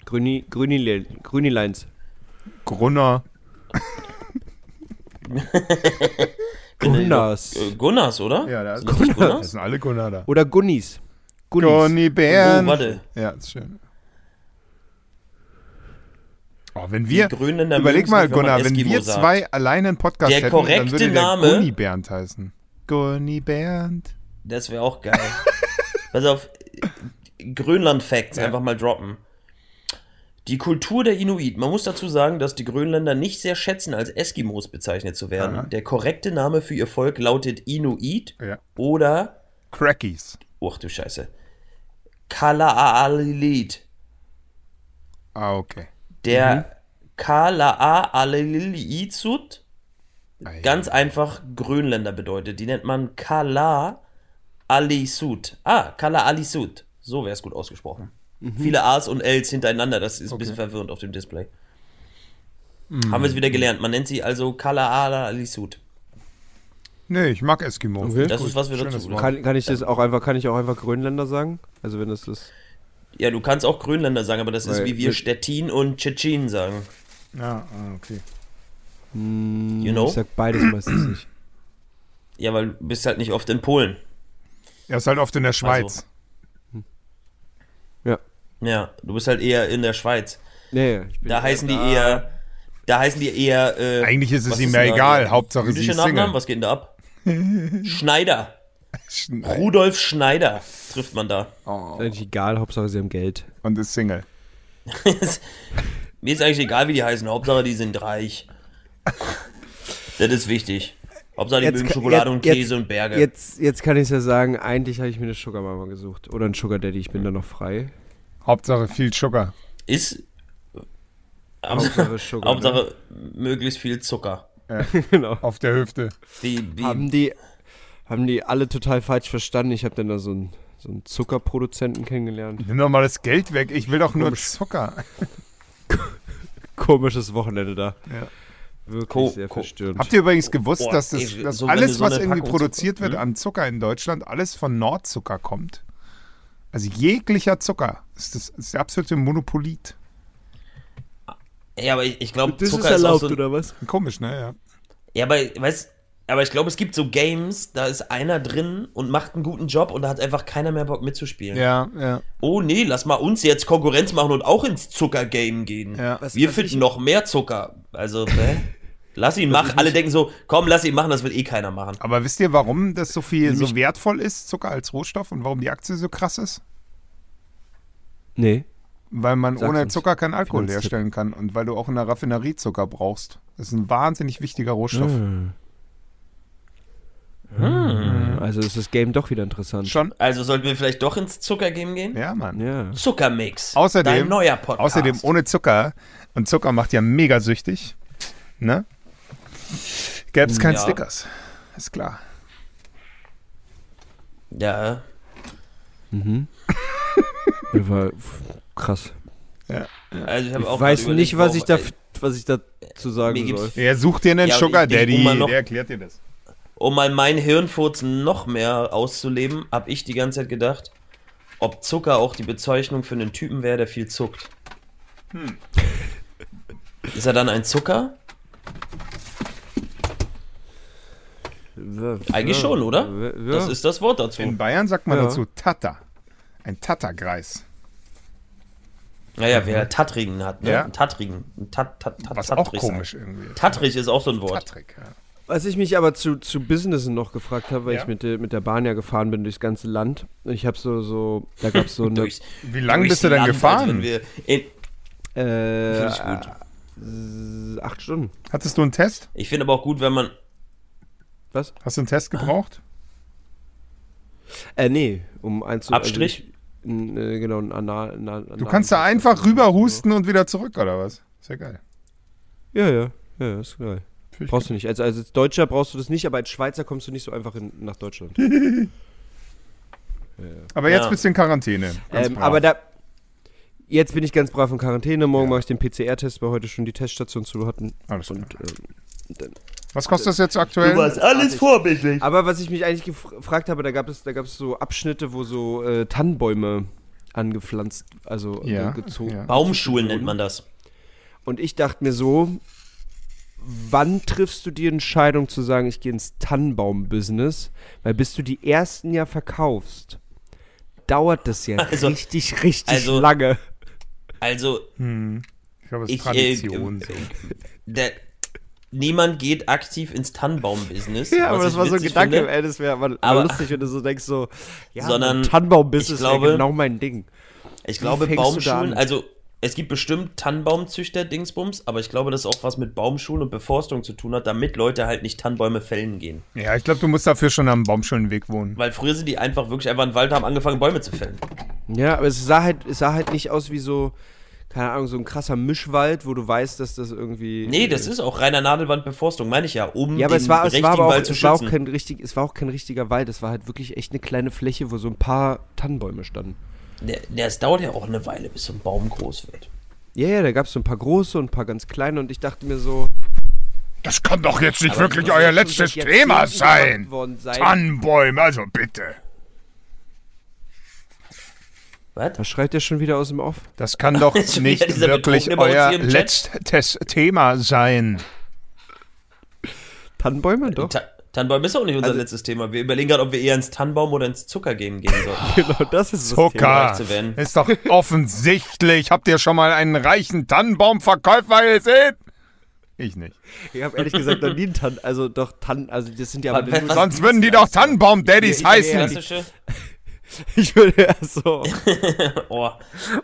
Grüni, Grünile- Grünilines. Grunner. Gunnars. Äh, Gunnars, oder? Ja, der- Sind das nicht Das Gunnars. sind alle Grunner da. Oder Gunnis. Gunnis. Gunny Bären. Oh, warte. Ja, ist schön. Oh, wenn Die wir. Grönländer Überleg mögen's mal, nicht, wenn man Gunnar, wenn Eskimo wir sagt. zwei alleine einen Podcast Der hätten, dann korrekte würde der Name- Gunny Bernd heißen. Gunny Bernd. Das wäre auch geil. Pass auf, Grönland-Facts einfach mal droppen. Die Kultur der Inuit. Man muss dazu sagen, dass die Grönländer nicht sehr schätzen, als Eskimos bezeichnet zu werden. Aha. Der korrekte Name für ihr Volk lautet Inuit Ja. oder, Crackies. och du Scheiße, Kalaallit. Ah, okay. Der Kalaallit Ei. ganz einfach Grönländer bedeutet. Die nennt man Kala Alisut. Ah, Kala Alisut. So wäre es gut ausgesprochen. Mhm. Viele A's und L's hintereinander, das ist ein bisschen verwirrend auf dem Display. Mhm. Haben wir es wieder gelernt. Man nennt sie also Kala Alisut. Nee, ich mag Eskimo. Okay. Das ist, was wir schönes dazu Wort. Kann, kann ich das auch einfach, kann ich auch einfach Grönländer sagen? Also wenn das ist. Ja, du kannst auch Grönländer sagen, aber das ist Weil wie wir mit- Stettin und Tschetschen sagen. Ja, ah, okay. You know? Hm, Ich sag beides meistens nicht. Ja, weil du bist halt nicht oft in Polen. Er ist halt oft in Also. der Schweiz. Ja. Ja, du bist halt eher in der Schweiz. Nee, ich bin Da heißen die eh- eher. Da heißen die eher. Äh, Eigentlich ist es was ihm ja denn da? egal. Hauptsache sie Jüdische ist Single. Nachnamen, was geht denn da ab? Schneider. Schneid- Rudolf Schneider trifft man da. Ist eigentlich egal, Hauptsache sie haben Geld. Und ist Single. Mir ist eigentlich egal, wie die heißen. Hauptsache, die sind reich. Das ist wichtig. Hauptsache, die Jetzt mögen ka- Schokolade und jetzt- Käse und Berge. Jetzt, jetzt kann ich es ja sagen, eigentlich habe ich mir eine Sugar Mama gesucht. Oder einen Sugar Daddy, ich bin da noch frei. Hauptsache viel Sugar. Ist. Hauptsache Hauptsache, Sugar, Hauptsache möglichst viel Zucker. Genau. Auf der Hüfte. Wie, wie, Haben die, haben die alle total falsch verstanden. Ich habe dann da so einen, so einen Zuckerproduzenten kennengelernt. Nimm doch mal das Geld weg. Ich will doch nur Zucker. Komisches Wochenende da. Ja. Wirklich Co- sehr co- verstörend. Habt ihr übrigens gewusst, Boah, dass, das, ey, dass so, wenn du alles, so was eine irgendwie Packung produziert Zucker- Hm? wird an Zucker in Deutschland, alles von Nordzucker kommt? Also jeglicher Zucker. Das ist, das ist der absolute Monopolit. ja, aber ich, ich glaube, Zucker ist, auch so, ein- was? Komisch, ne? Ja. Ja, aber weißt aber ich glaube, es gibt so Games, da ist einer drin und macht einen guten Job und da hat einfach keiner mehr Bock mitzuspielen. Ja, ja. Oh nee, lass mal uns jetzt Konkurrenz machen und auch ins Zuckergame gehen. Ja. Was- Wir was finden ich- noch mehr Zucker. Also, hä? lass ihn machen. Alle denken so, komm, lass ihn machen, das will eh keiner machen. Aber wisst ihr, warum das so viel so wertvoll ist, Zucker als Rohstoff und warum die Aktie so krass ist? Nee. Weil man Sag's ohne uns. Zucker keinen Alkohol Finanztipp. herstellen kann und weil du auch in der Raffinerie Zucker brauchst. Das ist ein wahnsinnig wichtiger Rohstoff. Mhm. Also ist das Game doch wieder interessant. Schon? Also sollten wir vielleicht doch ins Zuckergame gehen? Ja, Mann. Ja. Zuckermix. Außerdem- Dein neuer Podcast. Außerdem ohne Zucker. Und Zucker macht ja mega süchtig. Ne? Gäbe es kein Ja. Stickers. Ist klar. Ja. Mhm. Ja, war pff, krass. Also ich Ich habe auch weiß gerade nicht, überlegt, was ich, da, warum- äh, was ich dazu sagen Mir gibt's- soll. Ja, such dir einen Ja, und Sugar ich- ich- um Daddy. mal noch- der erklärt dir das. um mal meinen Hirnfurzen noch mehr auszuleben, habe ich die ganze Zeit gedacht, ob Zucker auch die Bezeichnung für einen Typen wäre, der viel zuckt. Hm. Ist er dann ein Zucker? Eigentlich schon, oder? Ja. Das ist das Wort dazu. In Bayern sagt man Ja. dazu Tata. Ein Tata-Greis. Naja, wer Tattrigen hat, ne? Ja. Ein Tattrigen. Ein Tat, Tat, Tat, Was auch Tattrig sein. komisch irgendwie ist. Tattrig ist auch so ein Wort. Patrick. Ja. Was ich mich aber zu, zu Businessen noch gefragt habe, weil Ja. ich mit, der- mit der Bahn ja gefahren bin durchs ganze Land. Ich habe so, so, da gab es so eine. Durchs- Wie lange durchs bist du denn Land, als wenn gefahren? wir in, äh, Finde ich gut. äh, Acht Stunden. Hattest du einen Test? Ich finde aber auch gut, wenn man. Was? Hast du einen Test gebraucht? Äh, nee, um eins Abstrich? Also ich, n- äh, genau, ein Anal. Ein Anal Du kannst da einfach rüberhusten und wieder zurück, oder was? Ist ja geil. Ja, ja, ja, ist geil. Finde ich Brauchst du nicht. Also, also als Deutscher brauchst du das nicht, aber als Schweizer kommst du nicht so einfach in, nach Deutschland. Aber jetzt Ja. bist du in Quarantäne. Ganz Ähm, brav. aber da. Jetzt bin ich ganz brav in Quarantäne. Morgen Ja. mache ich den PCR-Test, weil heute schon die Teststation zu hatten. Alles klar. Und, ähm, Was kostet das jetzt aktuell? alles vorbildlich. Aber was ich mich eigentlich gef- gefragt habe, da gab es, da gab es so Abschnitte, wo so äh, Tannenbäume angepflanzt, also Ja, äh, gezogen. ja. Baumschulen nennt man das. Und ich dachte mir so, wann triffst du die Entscheidung zu sagen, ich gehe ins Tannenbaum-Business? Weil bis du die ersten ja verkaufst, dauert das ja Also- richtig, richtig also- lange. Also, Ich glaube, es ich. ist Tradition. Äh, äh, der, niemand geht aktiv ins Tannenbaum-Business. was ich witzig finde. ey, das wäre aber, Aber- lustig, wenn du so denkst, so, ja, Sondern Tannenbaum-Business ich glaube- wäre genau mein Ding. Ich glaube, fängst du da Baumschulen, an? also es gibt bestimmt Tannenbaumzüchter-Dingsbums, aber ich glaube, das auch was mit Baumschulen und Beforstung zu tun hat, damit Leute halt nicht Tannenbäume fällen gehen. Ja, ich glaube, du musst dafür schon am Baumschulenweg wohnen. Weil früher sind die einfach wirklich einfach im Wald haben angefangen, Bäume zu fällen. Ja, aber es sah halt, es sah halt nicht aus wie so, keine Ahnung, so ein krasser Mischwald, wo du weißt, dass das irgendwie. Nee, das ist auch reiner Nadelwandbeforstung, meine ich ja, um Ja, aber den es war, es war richtigen aber auch, Wald zu es war auch schützen. kein richtig, es war auch kein richtiger Wald. Es war halt wirklich echt eine kleine Fläche, wo so ein paar Tannenbäume standen. Ne, ne, es dauert ja auch eine Weile, bis so ein Baum groß wird. Ja, ja, da gab es so ein paar große und ein paar ganz kleine und ich dachte mir so. Das kann doch jetzt nicht aber wirklich das muss euer ja schon letztes seit Thema Jahrzehnten sein. gemacht worden sein. Tannenbäume, also bitte. Was? Was schreit der schon wieder aus dem Off? Das kann doch Schon wieder nicht dieser wirklich Betrunkene bei uns euer hier im Chat. letztes Thema sein. Tannenbäume? Doch. Äh, Ta Tannenbaum ist auch nicht unser Also- letztes Thema. Wir überlegen gerade, ob wir eher ins Tannenbaum oder ins Zuckergame gehen sollen. Genau, das ist das Thema, Zucker. reich zu werden. Ist doch offensichtlich. Habt ihr schon mal einen reichen Tannenbaumverkäufer gesehen? Ich nicht. Thema. Ich habe ehrlich gesagt noch nie einen Tannen, also doch Tannen, also das sind ja aber Was- nur- was- Sonst würden die doch Tannenbaum-Daddies Ja, ja, heißen. Klassische. ich würde erst so. Oh.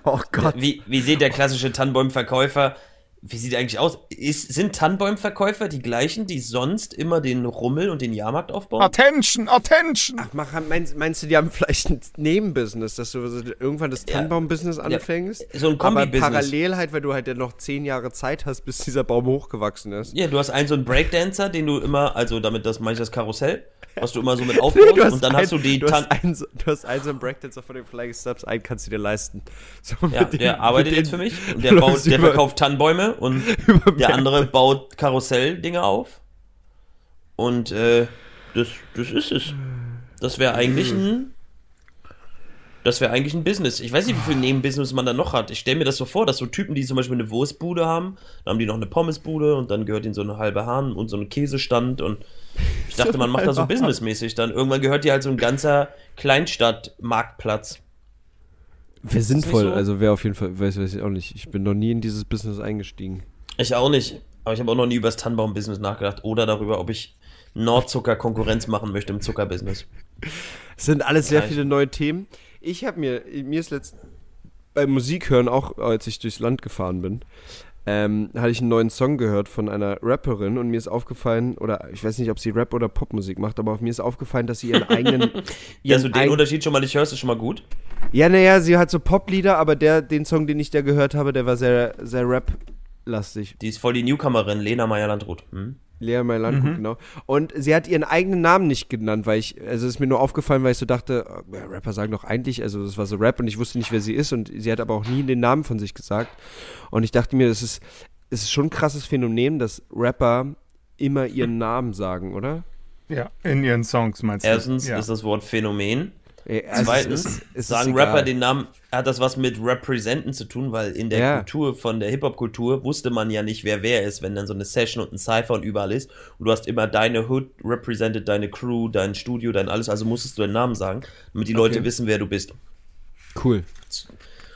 Oh Gott. Wie, wie sieht der klassische Tannenbäumverkäufer? Wie sieht der eigentlich aus? Ist, sind Tannenbäumverkäufer die gleichen, die sonst immer den Rummel und den Jahrmarkt aufbauen? Attention, attention. Ach, mach, meinst, meinst du, die haben vielleicht ein Nebenbusiness, dass du so irgendwann das Tannenbaum-Business anfängst? so ein Aber Kombi-Business. parallel halt, weil du halt ja noch zehn Jahre Zeit hast, bis dieser Baum hochgewachsen ist. Ja, du hast einen so einen Breakdancer, den du immer, also damit das meine ich das Karussell, was du immer so mit aufbaust und dann ein- hast du die du hast, Tan einen, so- du hast einen so einen Breakdancer von den Flying Steps, einen kannst du dir leisten. So, Ja, mit dem- der arbeitet mit jetzt für dem- mich und der, läufst baut, der über- verkauft Tannenbäume und der andere baut Karussell-Dinge auf. Und äh, das, das ist es. Das wäre eigentlich Hm. ein. Das wäre eigentlich ein Business. Ich weiß nicht, wie viel Nebenbusiness man da noch hat. Ich stelle mir das so vor, dass so Typen, die zum Beispiel eine Wurstbude haben, dann haben die noch eine Pommesbude und dann gehört ihnen so eine halbe Hahn und so ein Käsestand und ich dachte, man macht das so businessmäßig. Dann irgendwann gehört dir halt so ein ganzer Kleinstadt-Marktplatz. Wäre sinnvoll, so? also wäre auf jeden Fall, weiß, weiß ich auch nicht. Ich bin noch nie in dieses Business eingestiegen. Ich auch nicht. Aber ich habe auch noch nie über das Tannenbaum-Business nachgedacht oder darüber, ob ich Nordzucker Konkurrenz machen möchte im Zuckerbusiness. Es sind alles sehr Vielleicht. viele neue Themen. Ich habe mir, mir ist letzt, beim Musik hören, auch als ich durchs Land gefahren bin, ähm, hatte ich einen neuen Song gehört von einer Rapperin und mir ist aufgefallen, oder ich weiß nicht, ob sie Rap oder Popmusik macht, aber auf mir ist aufgefallen, dass sie ihren eigenen. Ja, also den eigen- Unterschied schon mal nicht hörst, ist schon mal gut. ja, naja, sie hat so Poplieder, aber der, den Song, den ich da gehört habe, der war sehr, sehr Rap-lastig. Die ist voll die Newcomerin, Lena Meyer-Landrut. Hm? Lea Mailand, genau. Und sie hat ihren eigenen Namen nicht genannt, weil ich, also es ist mir nur aufgefallen, weil ich so dachte, äh, Rapper sagen doch eigentlich, also das war so Rap und ich wusste nicht, wer sie ist und sie hat aber auch nie den Namen von sich gesagt. Und ich dachte mir, das ist, es ist schon ein krasses Phänomen, dass Rapper immer ihren Namen sagen, oder? Ja, in ihren Songs meinst du? Erstens ja. ist das Wort Phänomen. Ey, also es Zweitens ist- es ist sagen egal. Rapper den Namen, hat das was mit Representen zu tun, weil in der Ja. Kultur von der Hip-Hop-Kultur wusste man ja nicht, wer wer ist, wenn dann so eine Session und ein Cypher und überall ist. Und du hast immer deine Hood represented, deine Crew, dein Studio, dein alles, also musstest du den Namen sagen, damit die Leute Okay. wissen, wer du bist. Cool.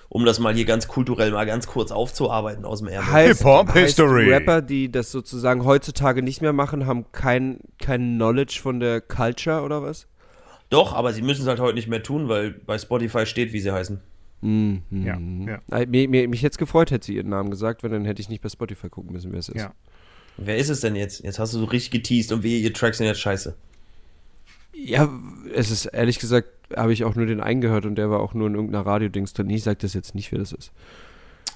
Um das mal hier ganz kulturell mal ganz kurz aufzuarbeiten aus dem Ärmel. Heißt- Hip-Hop heißt, History. Rapper, die das sozusagen heutzutage nicht mehr machen, haben kein, kein Knowledge von der Culture oder was? Doch, aber sie müssen es halt heute nicht mehr tun, weil bei Spotify steht, wie sie heißen. ja, Mhm. ja. Äh, Mir, mir, mich hätte es gefreut, hätte sie ihren Namen gesagt, weil dann hätte ich nicht bei Spotify gucken müssen, wer es ist. Ja. Wer ist es denn jetzt? Jetzt hast du so richtig geteased und wehe, ihr Tracks sind jetzt scheiße. Ja, es ist ehrlich gesagt, habe ich auch nur den einen gehört und der war auch nur in irgendeiner Radiodings drin. Ich sage das jetzt nicht, wer das ist.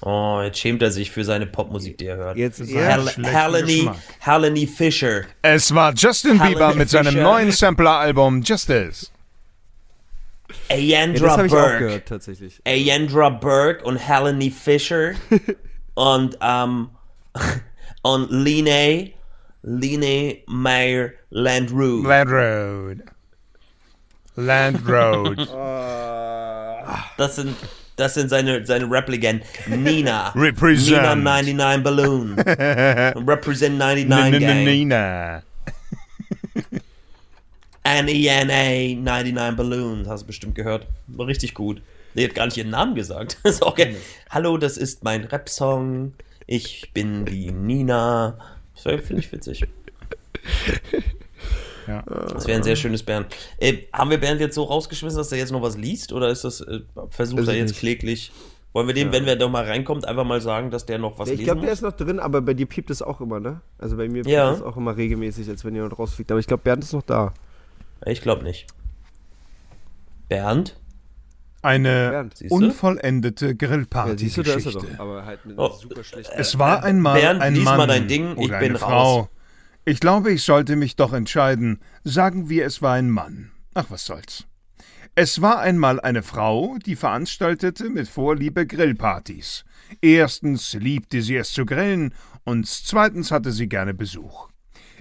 Oh, jetzt schämt er sich für seine Popmusik, die er hört. Jetzt ist ja. er- Hel schlechten Helene, Geschmack. Helene Fischer. Es war Justin Helene Bieber mit seinem Fischer. neuen Sampler-Album Justice. Ayandra das habe ich auch Burke. gehört tatsächlich. Ayandra Burke und Helene Fischer. und, ähm, und Lene, Lene Meyer Landrut. Land Road. Land Road. das sind, das sind seine, seine Rap-Legenden. Nina. Represent. Nina 99 Balloon. Represent 99 Gang. Nina. E N-E-N-A 99 Balloons, hast du bestimmt gehört. War richtig gut. Sie hat gar nicht ihren Namen gesagt. ist auch geil. Hallo, das ist mein Rap-Song. Ich bin die Nina. Das Finde ich witzig. Ja. Das wäre ein sehr schönes Bernd. Äh, haben wir Bernd jetzt so rausgeschmissen, dass er jetzt noch was liest? Oder ist das, äh, versucht Weiß er ich jetzt nicht. kläglich? Wollen wir dem, wenn er doch mal reinkommt, einfach mal sagen, dass der noch was Ich lesen glaube, der muss? ist noch drin, aber bei dir piept es auch immer, ne? Also bei mir piept Ja. es auch immer regelmäßig, als wenn jemand rausfliegt. Aber ich glaube, Bernd ist noch da. Ich glaube nicht. Bernd? Eine Bernd, siehst du? unvollendete Ja, siehst du, da ist er doch. Grillparty-Geschichte. Aber halt mit Oh. super schlecht. es war einmal Äh, Bernd, ein lies mal Mann dein Ding, ich oder bin eine raus. Frau. Ich glaube, ich sollte mich doch entscheiden. Sagen wir, es war ein Mann. Ach, was soll's. Es war einmal eine Frau, die veranstaltete mit Vorliebe Grillpartys. Erstens liebte sie es zu grillen und zweitens hatte sie gerne Besuch.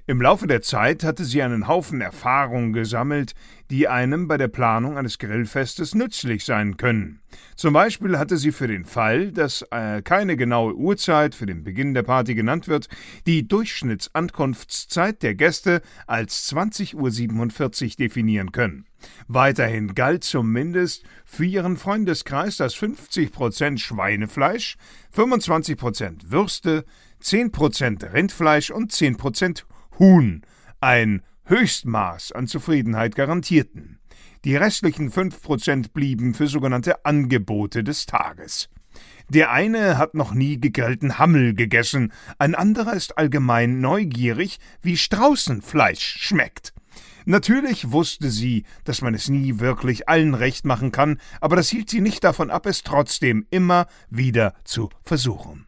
Im Laufe der Zeit hatte sie einen Haufen Erfahrungen gesammelt, die einem bei der Planung eines Grillfestes nützlich sein können. Zum Beispiel hatte sie für den Fall, dass äh, keine genaue Uhrzeit für den Beginn der Party genannt wird, die Durchschnittsankunftszeit der Gäste als 20.47 Uhr definieren können. Weiterhin galt zumindest für ihren Freundeskreis, dass 50% Schweinefleisch, 25% Würste, 10% Rindfleisch und 10% Huhn ein Höchstmaß an Zufriedenheit garantierten. Die restlichen 5% blieben für sogenannte Angebote des Tages. Der eine hat noch nie gegrillten Hammel gegessen, ein anderer ist allgemein neugierig, wie Straußenfleisch schmeckt. Natürlich wusste sie, dass man es nie wirklich allen recht machen kann, aber das hielt sie nicht davon ab, es trotzdem immer wieder zu versuchen.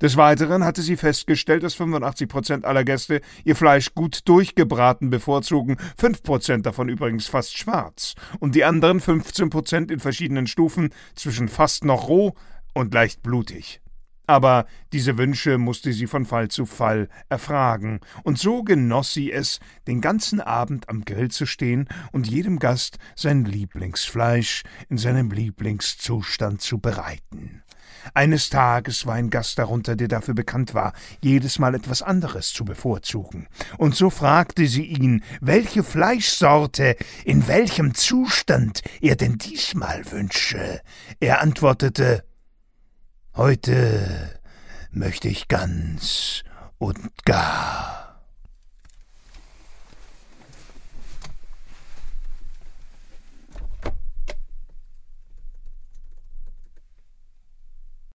Des Weiteren hatte sie festgestellt, dass 85% aller Gäste ihr Fleisch gut durchgebraten bevorzugen, 5% davon übrigens fast schwarz und die anderen 15% in verschiedenen Stufen zwischen fast noch roh und leicht blutig. Aber diese Wünsche musste sie von Fall zu Fall erfragen, und so genoss sie es, den ganzen Abend am Grill zu stehen und jedem Gast sein Lieblingsfleisch in seinem Lieblingszustand zu bereiten. Eines Tages war ein Gast darunter, der dafür bekannt war, jedes Mal etwas anderes zu bevorzugen. Und so fragte sie ihn, welche Fleischsorte in welchem Zustand er denn diesmal wünsche. Er antwortete Heute möchte ich ganz und gar.